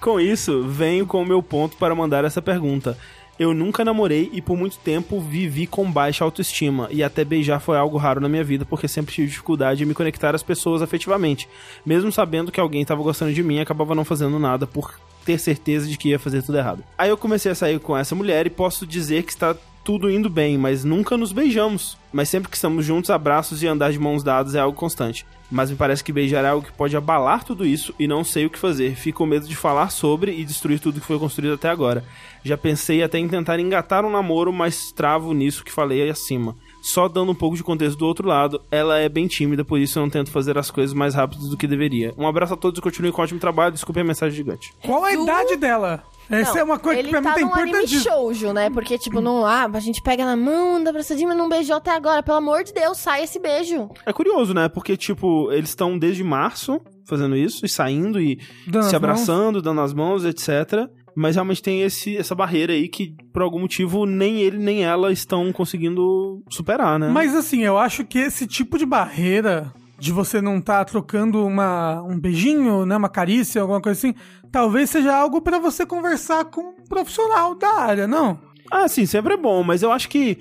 Com isso, venho com o meu ponto para mandar essa pergunta. Eu nunca namorei e por muito tempo vivi com baixa autoestima, e até beijar foi algo raro na minha vida, porque sempre tive dificuldade em me conectar às pessoas afetivamente. Mesmo sabendo que alguém estava gostando de mim, acabava não fazendo nada por ter certeza de que ia fazer tudo errado. Aí eu comecei a sair com essa mulher e posso dizer que está tudo indo bem, mas nunca nos beijamos. Mas sempre que estamos juntos, abraços e andar de mãos dadas é algo constante. Mas me parece que beijar é algo que pode abalar tudo isso e não sei o que fazer. Fico com medo de falar sobre e destruir tudo que foi construído até agora. Já pensei até em tentar engatar um namoro, mas travo nisso que falei aí acima. Só dando um pouco de contexto do outro lado, ela é bem tímida, por isso eu não tento fazer as coisas mais rápido do que deveria. Um abraço a todos e continue com o ótimo trabalho. Desculpe a mensagem gigante. Qual a Resumo? idade dela? Essa Não, é uma coisa que ele pra mim tá tá num anime importante. shoujo, né? Porque, tipo, não, ah, a gente pega na mão, dá abraçadinha, mas não beijou até agora. Pelo amor de Deus, sai esse beijo. É curioso, né? Porque, tipo, eles estão desde março fazendo isso e saindo e Dando as se abraçando, dando as mãos, etc. Mas realmente tem esse, essa barreira aí que, por algum motivo, nem ele nem ela estão conseguindo superar, né? Mas assim, eu acho que esse tipo de barreira de você não tá trocando uma, um beijinho, né, uma carícia, alguma coisa assim, talvez seja algo pra você conversar com um profissional da área, não? Ah, sim, sempre é bom, mas eu acho que.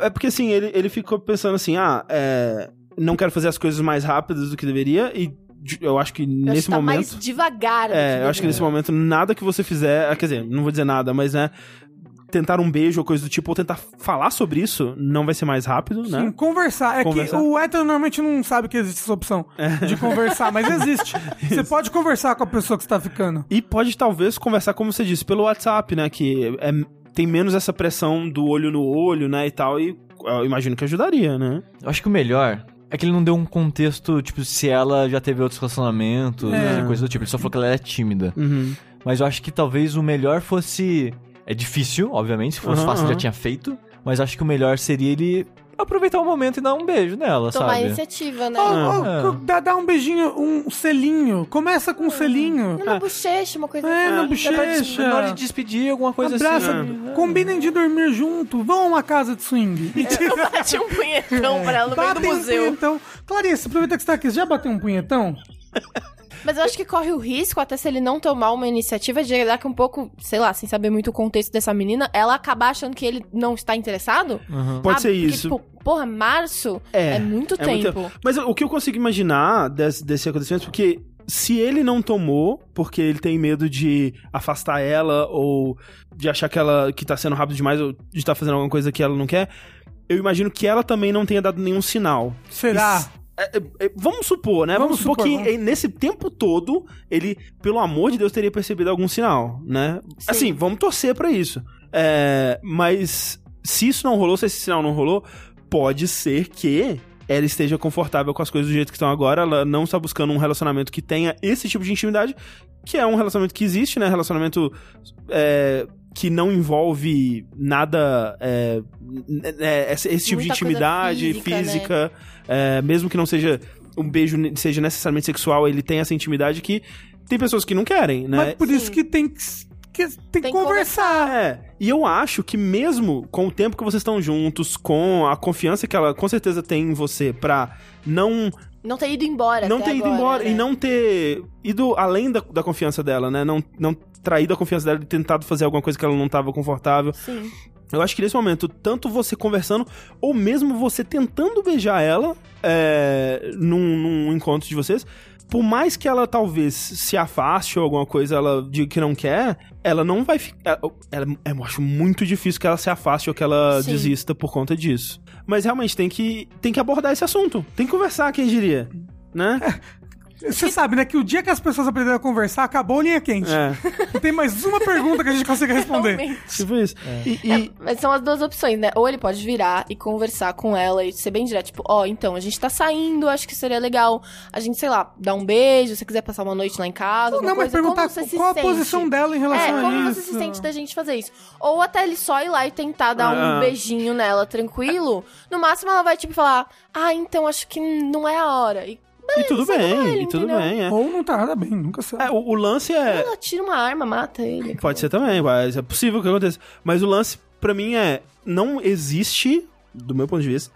É porque assim, ele, ele ficou pensando assim, ah, é, não quero fazer as coisas mais rápidas do que deveria, e de- eu acho que Eu acho nesse que tá momento. mais devagar. do É, eu acho que nesse deveria. momento nada que você fizer, ah, quer dizer, não vou dizer nada, mas né, tentar um beijo ou coisa do tipo, ou tentar falar sobre isso, não vai ser mais rápido, Sim, né? conversar. É Conversar. É. que o hétero normalmente não sabe que existe essa opção de conversar, mas existe. Você pode conversar com a pessoa que você tá ficando. E pode talvez conversar, como você disse, pelo WhatsApp, né, que é, tem menos essa pressão do olho no olho, né, e tal, e eu imagino que ajudaria, né? Eu acho que o melhor é que ele não deu um contexto, tipo, se ela já teve outros relacionamentos, É. coisa do tipo. Ele só falou que ela era tímida. Uhum. Mas eu acho que talvez o melhor fosse. É difícil, obviamente, se fosse Aham, fácil aham. já tinha feito. Mas acho que o melhor seria ele aproveitar o momento e dar um beijo nela, Tomar sabe? iniciativa, né? Ou, Ah, É. ou dá, dá um beijinho, um selinho. Começa com um selinho. Numa bochecha, uma coisa É, assim. na Dá pra bochecha. descobrir. Na hora de despedir, alguma coisa é. Abraça, assim. combinem de dormir junto, vão a uma casa de swing. E É, tira- Bate um punhetão pra ela no meio do Batem um museu. punhetão. Clarice, aproveita que você tá aqui. Você já bateu um punhetão? Mas eu acho que corre o risco, até se ele não tomar uma iniciativa, de daqui um pouco, sei lá, sem saber muito o contexto dessa menina, ela acabar achando que ele não está interessado. Aham. Pode Ah, ser porque, isso. Tipo, porra, março É, é, muito é muito tempo. Mas o que eu consigo imaginar desse, desse acontecimento, porque se ele não tomou, porque ele tem medo de afastar ela ou de achar que ela que tá sendo rápido demais ou de estar fazendo alguma coisa que ela não quer, eu imagino que ela também não tenha dado nenhum sinal. Será? Isso. É, é, é, vamos supor, né? Vamos, Vamos supor, supor, que vamos. eh, nesse tempo todo ele, pelo amor de Deus, teria percebido algum sinal, né? Sim. Assim, vamos torcer pra isso. É, mas se isso não rolou, se esse sinal não rolou, pode ser que ela esteja confortável com as coisas do jeito que estão agora, ela não está buscando um relacionamento que tenha esse tipo de intimidade, que é um relacionamento que existe, né? Relacionamento é, que não envolve nada. é, n- é, esse esse tipo Muita de coisa intimidade física, física, né? é, mesmo que não seja um beijo, ne- seja necessariamente sexual, ele tem essa intimidade que tem pessoas que não querem, né? Mas por isso Sim. que tem que, s- que- tem que que conversar. É, e eu acho que mesmo com o tempo que vocês estão juntos, com a confiança que ela com certeza tem em você pra não Não ter ido embora. não até ter ido agora, embora né? e não ter ido além da, da confiança dela, né? Não, não traído a confiança dela e tentado fazer alguma coisa que ela não tava confortável. Sim. Eu acho que nesse momento, tanto você conversando, ou mesmo você tentando beijar ela é, num, num encontro de vocês, por mais que ela talvez se afaste ou alguma coisa ela diga que não quer, ela não vai ficar. Ela, é, eu acho muito difícil que ela se afaste ou que ela Sim. desista por conta disso. Mas realmente tem que, tem que abordar esse assunto. Tem que conversar, quem diria? Né? Você sabe, né, que o dia que as pessoas aprenderam a conversar, acabou a linha quente. É, Não tem mais uma pergunta que a gente consiga responder. Realmente. tipo isso. E- e- Mas são as duas opções, né? Ou ele pode virar e conversar com ela e ser bem direto, tipo, ó, então, a gente tá saindo, acho que seria legal a gente, sei lá, dar um beijo, se você quiser passar uma noite lá em casa, Não, alguma não, mas coisa. Como perguntar você se qual a sente? posição dela em É, relação como a isso. você se sente da gente fazer isso? Ou até ele só ir lá e tentar dar Ah. um beijinho nela, tranquilo. No máximo ela vai, tipo, falar, ah, então acho que não é a hora. E e tudo bem, ele, e tudo entendeu? bem. É. Ou não tá nada bem, nunca sabe. É, o, o lance é. ela tira uma arma, mata ele. Pode ser também, mas é possível que aconteça. Mas o lance, pra mim, é. Não existe, do meu ponto de vista,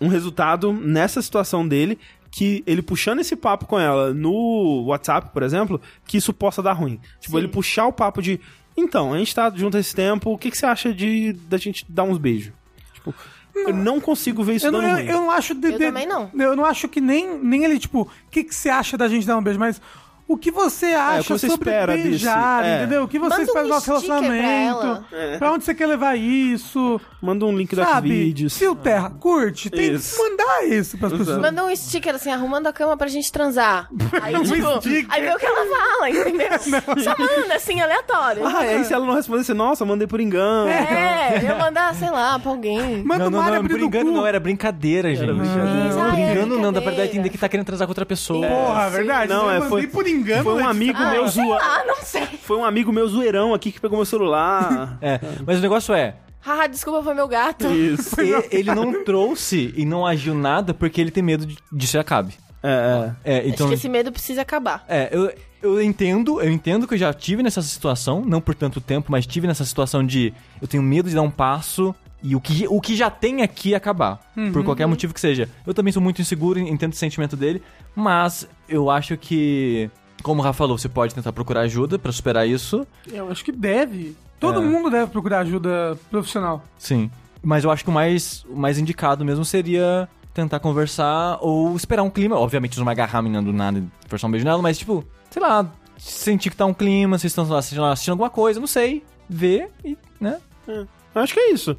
um resultado nessa situação dele que ele puxando esse papo com ela no WhatsApp, por exemplo, que isso possa dar ruim. Tipo, Sim. ele puxar o papo de. Então, a gente tá junto há esse tempo, o que, que você acha de da gente dar uns beijos? Tipo, eu não consigo ver isso Eu não, dando eu, ruim. eu não acho... de- Eu de- também não. Eu não acho que nem, nem ele, tipo, o que, que você acha da gente dar um beijo, mas o que você acha É, o que você sobre espera disso, beijar, é. entendeu? O que você Manda um espera do nosso sticker pra relacionamento, ela. pra, onde você quer levar isso, Manda um link do sabe? Arquivídeos. Se o Terra curte, tem Isso. que mandar isso pras Exato. pessoas. Manda um sticker assim, arrumando a cama pra gente transar. Aí, tipo, sticker. aí vê o que ela fala, entendeu? Só manda, assim, aleatório. Ah, é. e aí se ela não responder, você, nossa, mandei por engano. É, eu mandar, sei lá, pra alguém. Manda Não, uma não, área não, abrir o brincando cu. não, era brincadeira, gente. brincadeira. Ah, é Brincando não, dá pra dar a brincadeira. entender que tá querendo transar com outra pessoa. Porra, verdade. Não, eu é, mandei foi- por engano. Foi um Letícia. amigo Ah, meu sei zoando. lá, não sei. Foi um amigo meu zoeirão aqui que pegou meu celular. É, mas o negócio é, Haha, desculpa, foi meu É gato. Isso. e- ele não trouxe e não agiu nada porque ele tem medo de- disso e acabe. É, É, Acho então... que esse medo precisa acabar. É, eu, eu entendo, eu entendo que eu já tive nessa situação, não por tanto tempo, mas tive nessa situação de eu tenho medo de dar um passo e o que, o que já tem aqui acabar, por qualquer motivo que seja. Eu também sou muito inseguro, entendo o sentimento dele, mas eu acho que, como o Rafa falou, você pode tentar procurar ajuda pra superar isso, Eu acho que deve. Todo É. mundo deve procurar ajuda profissional. sim. Mas eu acho que o mais, o mais indicado mesmo seria tentar conversar ou esperar um clima. Obviamente, você não vai agarrar a menina do nada e forçar um beijo nela, mas tipo, sei lá, sentir que tá um clima, vocês estão lá, sei lá, assistindo alguma coisa, não sei. Ver e, né? é. Acho que é isso.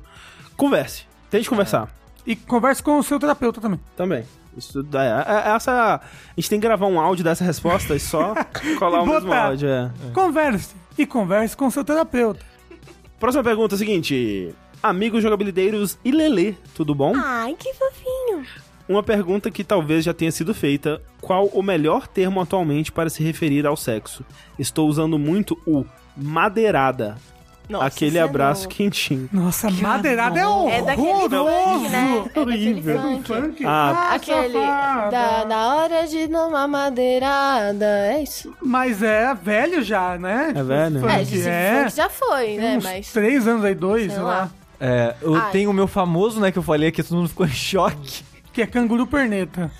Converse. É. Tente conversar. E converse com o seu terapeuta também. Também. Isso daí- é- é- essa, a gente tem que gravar um áudio dessa resposta e só colar o E mesmo botar. áudio. é. Converse. E converse com o seu terapeuta. Próxima pergunta é a seguinte. Amigos jogabilideiros e Lelê, tudo bom? Ai, que fofinho. Uma pergunta que talvez já tenha sido feita: qual o melhor termo atualmente para se referir ao sexo? Estou usando muito o madeirada. Nossa, aquele isso é abraço novo. quentinho. Nossa, madeirada é horroroso. É daquele funk, né? É daquele Horrível. Um funk. funk? Ah, Aquele safada. da, na hora de tomar madeirada, é isso? Mas é velho já, né? Tipo, velho. funk é, gente, é. funk já foi, né? Uns Mas... três anos aí, dois, sei, Sei lá. lá. É, eu Ai. tenho o meu famoso, né, que eu falei aqui, todo mundo ficou em choque. Que é canguru perneta.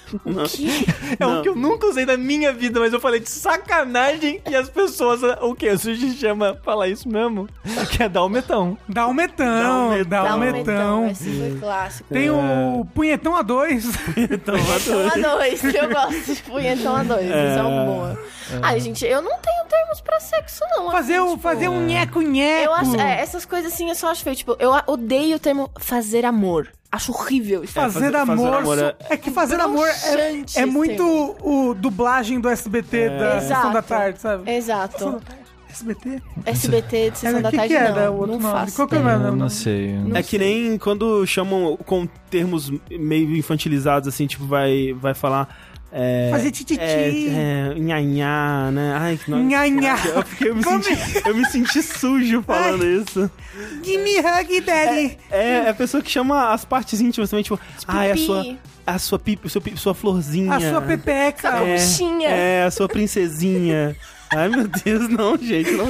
É um que eu nunca usei na minha vida, mas eu falei de sacanagem e as pessoas. O que? A gente chama falar isso mesmo? Que é dar o metão. Dá um metão, dá um metão. Dá um metão, Esse foi clássico. Tem É. o punhetão a dois. Então, Punhetão a dois, eu gosto de punhetão a dois, isso é uma boa. Ai, gente, eu não tenho termos pra sexo, não. fazer, assim, o, tipo, fazer um nheco-nheco. Eu acho, é, essas coisas assim eu só acho feio. Tipo, eu a- odeio o termo fazer amor. Acho horrível isso. fazer- Fazer, fazer amor. amor é- é... que fazer amor Broxante é, é esse muito termo. o dublagem do SBT É. da Sessão Exato. da Tarde, sabe? Exato. SBT? SBT de sessão Era, da É, que tarde que era não. o outro não nome? faço. Qual que era? ideia. Não, não. sei. É que nem quando chamam com termos meio infantilizados, assim, tipo, vai, vai falar. É, Fazer tititi. É, é, nhanhá, né? Ai, que nojo. Nhanhá. é? Eu, fiquei- eu me Come- senti, eu me senti sujo falando isso. é. Give me hug, daddy. É, é a pessoa que chama as partes íntimas também, tipo, ah, é a pipi. sua, a sua, pipi, sua, pipi- sua florzinha. A sua pepeca. É, Sabe? Conchinha. É, a sua princesinha. Ai, meu Deus, não, gente, não.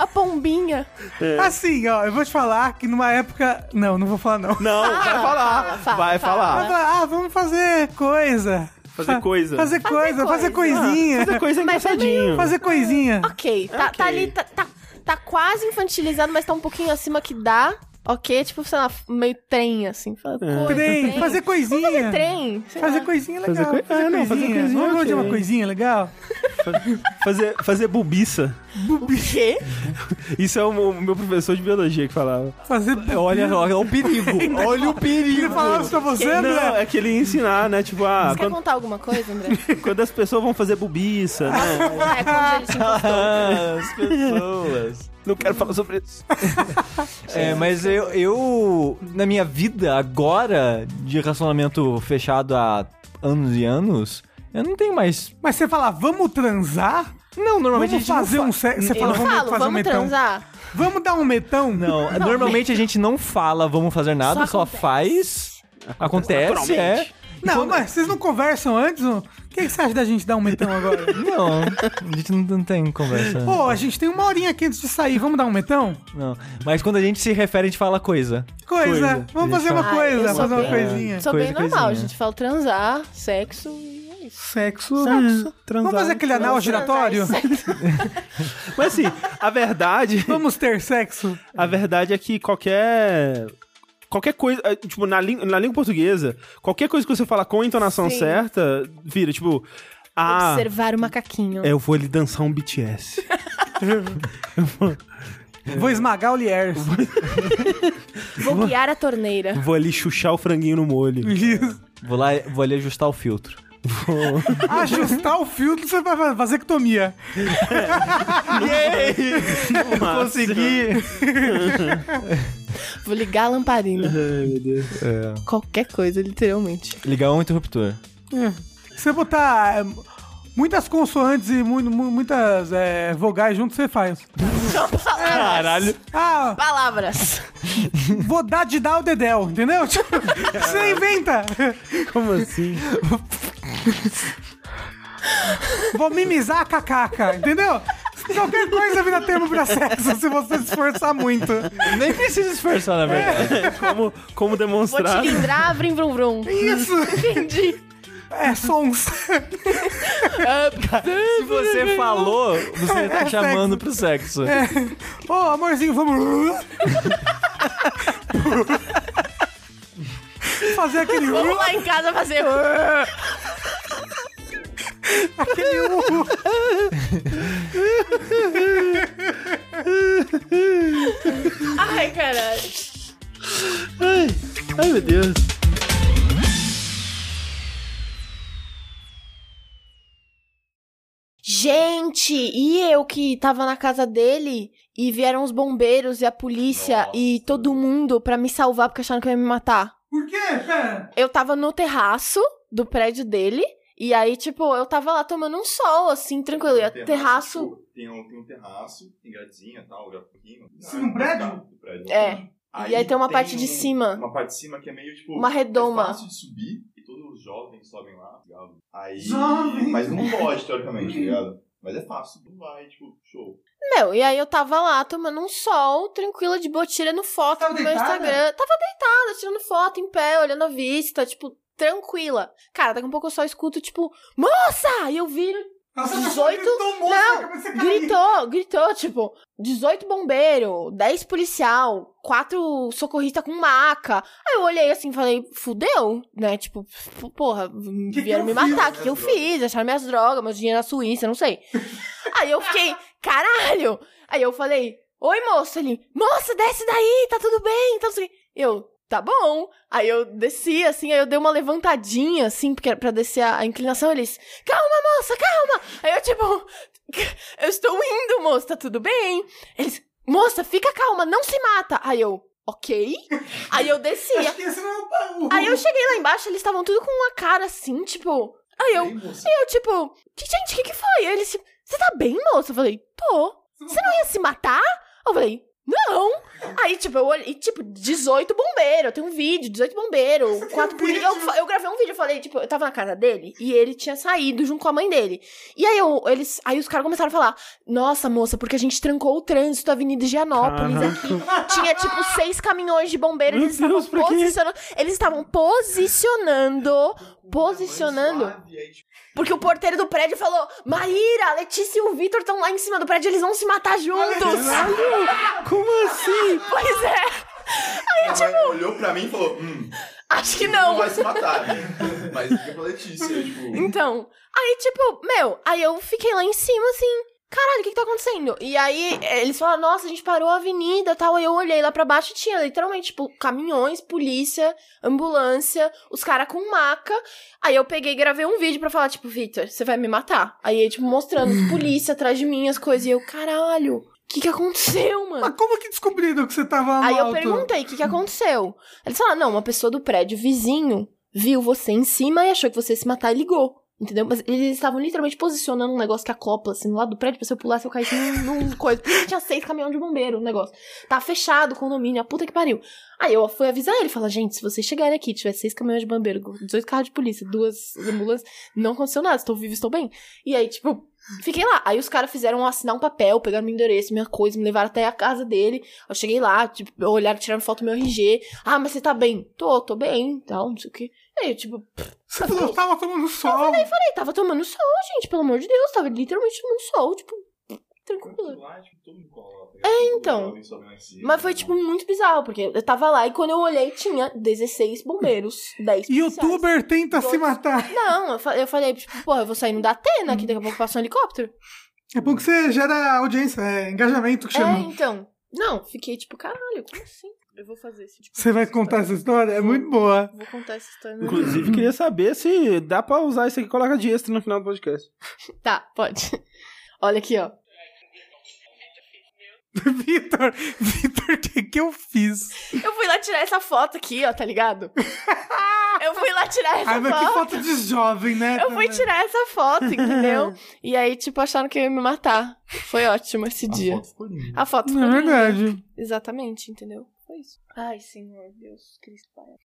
A pombinha. é? Assim, ó, eu vou te falar que numa época. Não, não vou falar, não. é? Não, vai falar, fala, fala, vai fala. falar. Mas, ah, vamos fazer coisa. Fazer Fa- coisa. Fazer coisa, fazer coisa. coisinha. Essa coisa é Mas é meio- engraçadinho. Fazer coisinha. Ok, tá, Ok. tá ali, tá, tá, tá quase infantilizado, mas tá um pouquinho acima que dá. Ok, tipo, sei lá, meio trem, assim. Fala, coisa, É. Trem, fazer Vamos fazer coisinha. trem. né? sei Fazer lá. coisinha é legal. Fazer coi- Ah, não, fazer coisinha, Vamos ok. fazer uma coisinha legal? Fazer, fazer bobiça. O quê? Isso é o, o meu professor de biologia que falava. Fazer. É, Olha, olha o perigo. Olha o perigo. Ele falava isso é pra você, Não, André? é que ele ia ensinar, né? Tipo, ah, Você quer quando, contar alguma coisa, André? quando as pessoas vão fazer bobiça, né? é, quando ele te Tá encostou. Ah, as Ah. pessoas. Não quero falar sobre isso. É, mas eu, eu, na minha vida agora, de relacionamento fechado há anos e anos, eu não tenho mais. Mas você fala, vamos transar? Não, normalmente Vamos a gente fazer não um sexo. Você Eu fala, não vamos falo, fazer um vamos metão. transar. Vamos dar um metão? Não, normalmente a gente não fala, vamos fazer nada, Só só, acontece. faz. Acontece, é. Naturalmente. Não, mas vocês não conversam antes? O que, que você acha da gente dar um metão agora? Não, a gente não, não tem conversa. Pô, a gente tem uma horinha aqui antes de sair, vamos dar um metão? Não. Mas quando a gente se refere, a gente fala coisa. Coisa, Coisa. vamos fazer uma Ah, eu coisa, sou fazer uma bem- coisinha. Sou bem Coisa, normal, é. coisinha. gente. Falo transar, sexo e é isso. Sexo. Sexo. Transar. Vamos fazer aquele anal giratório? Transar e sexo. Mas assim, a verdade, Vamos ter sexo? a verdade é que qualquer qualquer coisa, eh, tipo, na, lí- na língua portuguesa, qualquer coisa que você fala com a entonação Sim. certa, vira, tipo, ah, Observar o macaquinho. eu vou lhe dançar um BTS. Vou esmagar o Liers. Vou guiar a torneira. vou ali chuchar o franguinho no molho. Isso. Vou lá, vou ali ajustar o filtro. Ajustar o filtro, você vai fazer vasectomia. Massa. Vou ligar a lamparina. Ai, meu Deus. Qualquer coisa, literalmente. Ligar um interruptor. Se você botar é, muitas consoantes e mu- mu- muitas é, vogais junto, você faz. São palavras. Ah, Palavras. vou dar de dar o dedéu, entendeu? Tipo, Você inventa. Como assim? Vou mimizar a cacaca, entendeu? Qualquer coisa vira termo pra sexo se você se esforçar muito. Nem precisa esforçar, na verdade. Como, como Vou demonstrar? te lindrar, vrim, vrum, vrum. Isso! Entendi. É sons. É, Se você falou, você tá chamando pro sexo. É. Ô, amorzinho, vamos. Fazer aquele. Vamos lá em casa fazer... um. aquele um. urro. Ai, caralho. Ai, ai, meu Deus. Gente, e eu que tava na casa dele e vieram os bombeiros e a polícia e todo mundo pra me salvar porque acharam que eu ia me matar. Por quê? Pera. Eu tava no terraço do prédio dele e aí, tipo, eu tava lá tomando um sol, assim, tranquilo. E o terraço. tipo, Tem um, tem um terraço, tem gradinha e tal, já pouquinho. Sim, um prédio? Do prédio. assim. É. E aí tem uma parte de cima. um- Uma parte de cima que é meio tipo. Uma redoma. É fácil de subir e todos os jovens sobem lá, tá ligado? Aí. Jovens? Mas não pode, teoricamente, tá ligado? Mas é fácil, não vai, tipo, show. Meu, e aí eu tava lá tomando um sol, tranquila, de boa, tirando foto Tava no meu deitada? Instagram. Tava deitada, tirando foto, em pé, olhando a vista, tipo, tranquila. Cara, daqui a pouco eu só escuto, tipo, moça! E eu viro. Nossa, 18? gritou, moça, Não, a cabeça caiu. Gritou, gritou, tipo, 18 bombeiro, 10 policial, 4 socorrista com maca. Aí eu olhei assim e falei, fudeu, né? Tipo, f- porra, que vieram eu me fiz? matar, o que, que eu fiz? Acharam minhas drogas, meus dinheiro na Suíça, não sei. Aí eu fiquei, caralho! Aí eu falei, oi moça, ele, moça, desce daí, tá tudo bem, tá tudo bem. Eu, tá bom. Aí eu desci, assim, aí eu dei uma levantadinha, assim, porque era pra descer a, a inclinação, eles, calma moça, calma! Aí eu, tipo, eu estou indo, moça, tá tudo bem? Eles, moça, fica calma, não se mata. Aí eu, ok. Aí eu descia. Acho que esse não é o baú. Aí eu cheguei lá embaixo, eles estavam tudo com uma cara assim, tipo. Aí eu, Bem, moça. eu tipo, "Que- gente, o que que foi? Aí ele, se- você tá bem, moço? Eu falei, tô. Você não ia se matar? Eu falei, não. Aí, tipo, eu olhei, e, tipo, 18 bombeiros, eu tenho um vídeo, 18 bombeiros, quatro polícia. Eu, fa- eu gravei um vídeo, eu falei, tipo, eu tava na casa dele e ele tinha saído junto com a mãe dele. E aí, eu, eles, aí os caras começaram a falar, nossa, moça, porque a gente trancou o trânsito da Avenida Higienópolis aqui. Tinha, tipo, seis caminhões de bombeiros. Meu eles estavam Deus, pra quê? posicionando. Eles estavam posicionando. Posicionando. Suave, aí, tipo, Porque o porteiro do prédio falou: Maíra, a Letícia e o Vitor estão lá em cima do prédio, eles vão se matar juntos. Como assim? pois é. a Maia olhou pra mim e falou, hum, Acho que não não. vai se matar. né? Mas fica pra Letícia, tipo... Então, aí tipo, meu, aí eu fiquei lá em cima assim, caralho, o que que tá acontecendo? E aí eh, eles falaram, nossa, a gente parou a avenida e tal, aí eu olhei lá pra baixo e tinha literalmente, tipo, caminhões, polícia, ambulância, os caras com maca. Aí eu peguei e gravei um vídeo pra falar, tipo, Victor, você vai me matar. Aí, tipo, mostrando os polícia atrás de mim, as coisas, e eu, caralho, o que que aconteceu, mano? Mas como que descobriram que você tava lá no Aí eu alto? perguntei o que, que aconteceu. Eles falaram: não, uma pessoa do prédio vizinho viu você em cima e achou que você ia se matar e ligou. Entendeu? Mas eles estavam literalmente posicionando um negócio que acopla, assim, no lado do prédio, pra se eu pular, se eu caísse num, num coisa. Porque tinha seis caminhão de bombeiro o negócio. Tá fechado o condomínio, a puta que pariu. Aí eu fui avisar ele, falar, gente, se vocês chegarem aqui, tiver seis caminhões de bombeiro, 18 carros de polícia, duas ambulâncias, não aconteceu nada, estou vivo, estou bem. E aí, tipo, fiquei lá. Aí os caras fizeram eu assinar um papel, pegaram meu endereço, minha coisa, me levaram até a casa dele. Eu cheguei lá, tipo, olharam, tiraram foto do meu RG. Ah, mas você tá bem? Tô, tô bem, tal, não sei o quê. Aí eu, tipo, Você falou, tava tomando sol. peraí, tava tomando sol, gente, pelo amor de Deus, tava literalmente tomando sol, tipo, tranquilo. Lá, tipo, todo mundo cola, tá ligado? Todo então. jovem sobe lá em cima, Mas foi, né? tipo, muito bizarro, porque eu tava lá e quando eu olhei tinha 16 bombeiros, 10 policiais. Youtuber tenta se Dois. matar. Não, eu fa- eu falei, tipo, porra, eu vou sair no da Atena, que daqui a pouco passa um helicóptero. É bom que você gera audiência, é engajamento que É, chama. então. Não, fiquei tipo, caralho, como assim? Eu vou fazer esse tipo. Você vai contar essa história? É muito boa. Vou contar essa história. no- Inclusive, queria saber se dá pra usar isso aqui e colocar de extra no final do podcast. Tá, pode. Olha aqui, ó. Vitor, Vitor, o que, que eu fiz? Eu fui lá tirar essa foto aqui, ó, tá ligado? Eu fui lá tirar essa Ai, Ah, mas que foto. foto de jovem, né? Eu fui tirar essa foto, entendeu? E aí, tipo, acharam que eu ia me matar. Foi ótimo esse dia. foto ficou linda. A foto É ficou linda. verdade. Exatamente, entendeu? Foi isso. Ai, Senhor Deus Cristo Pai.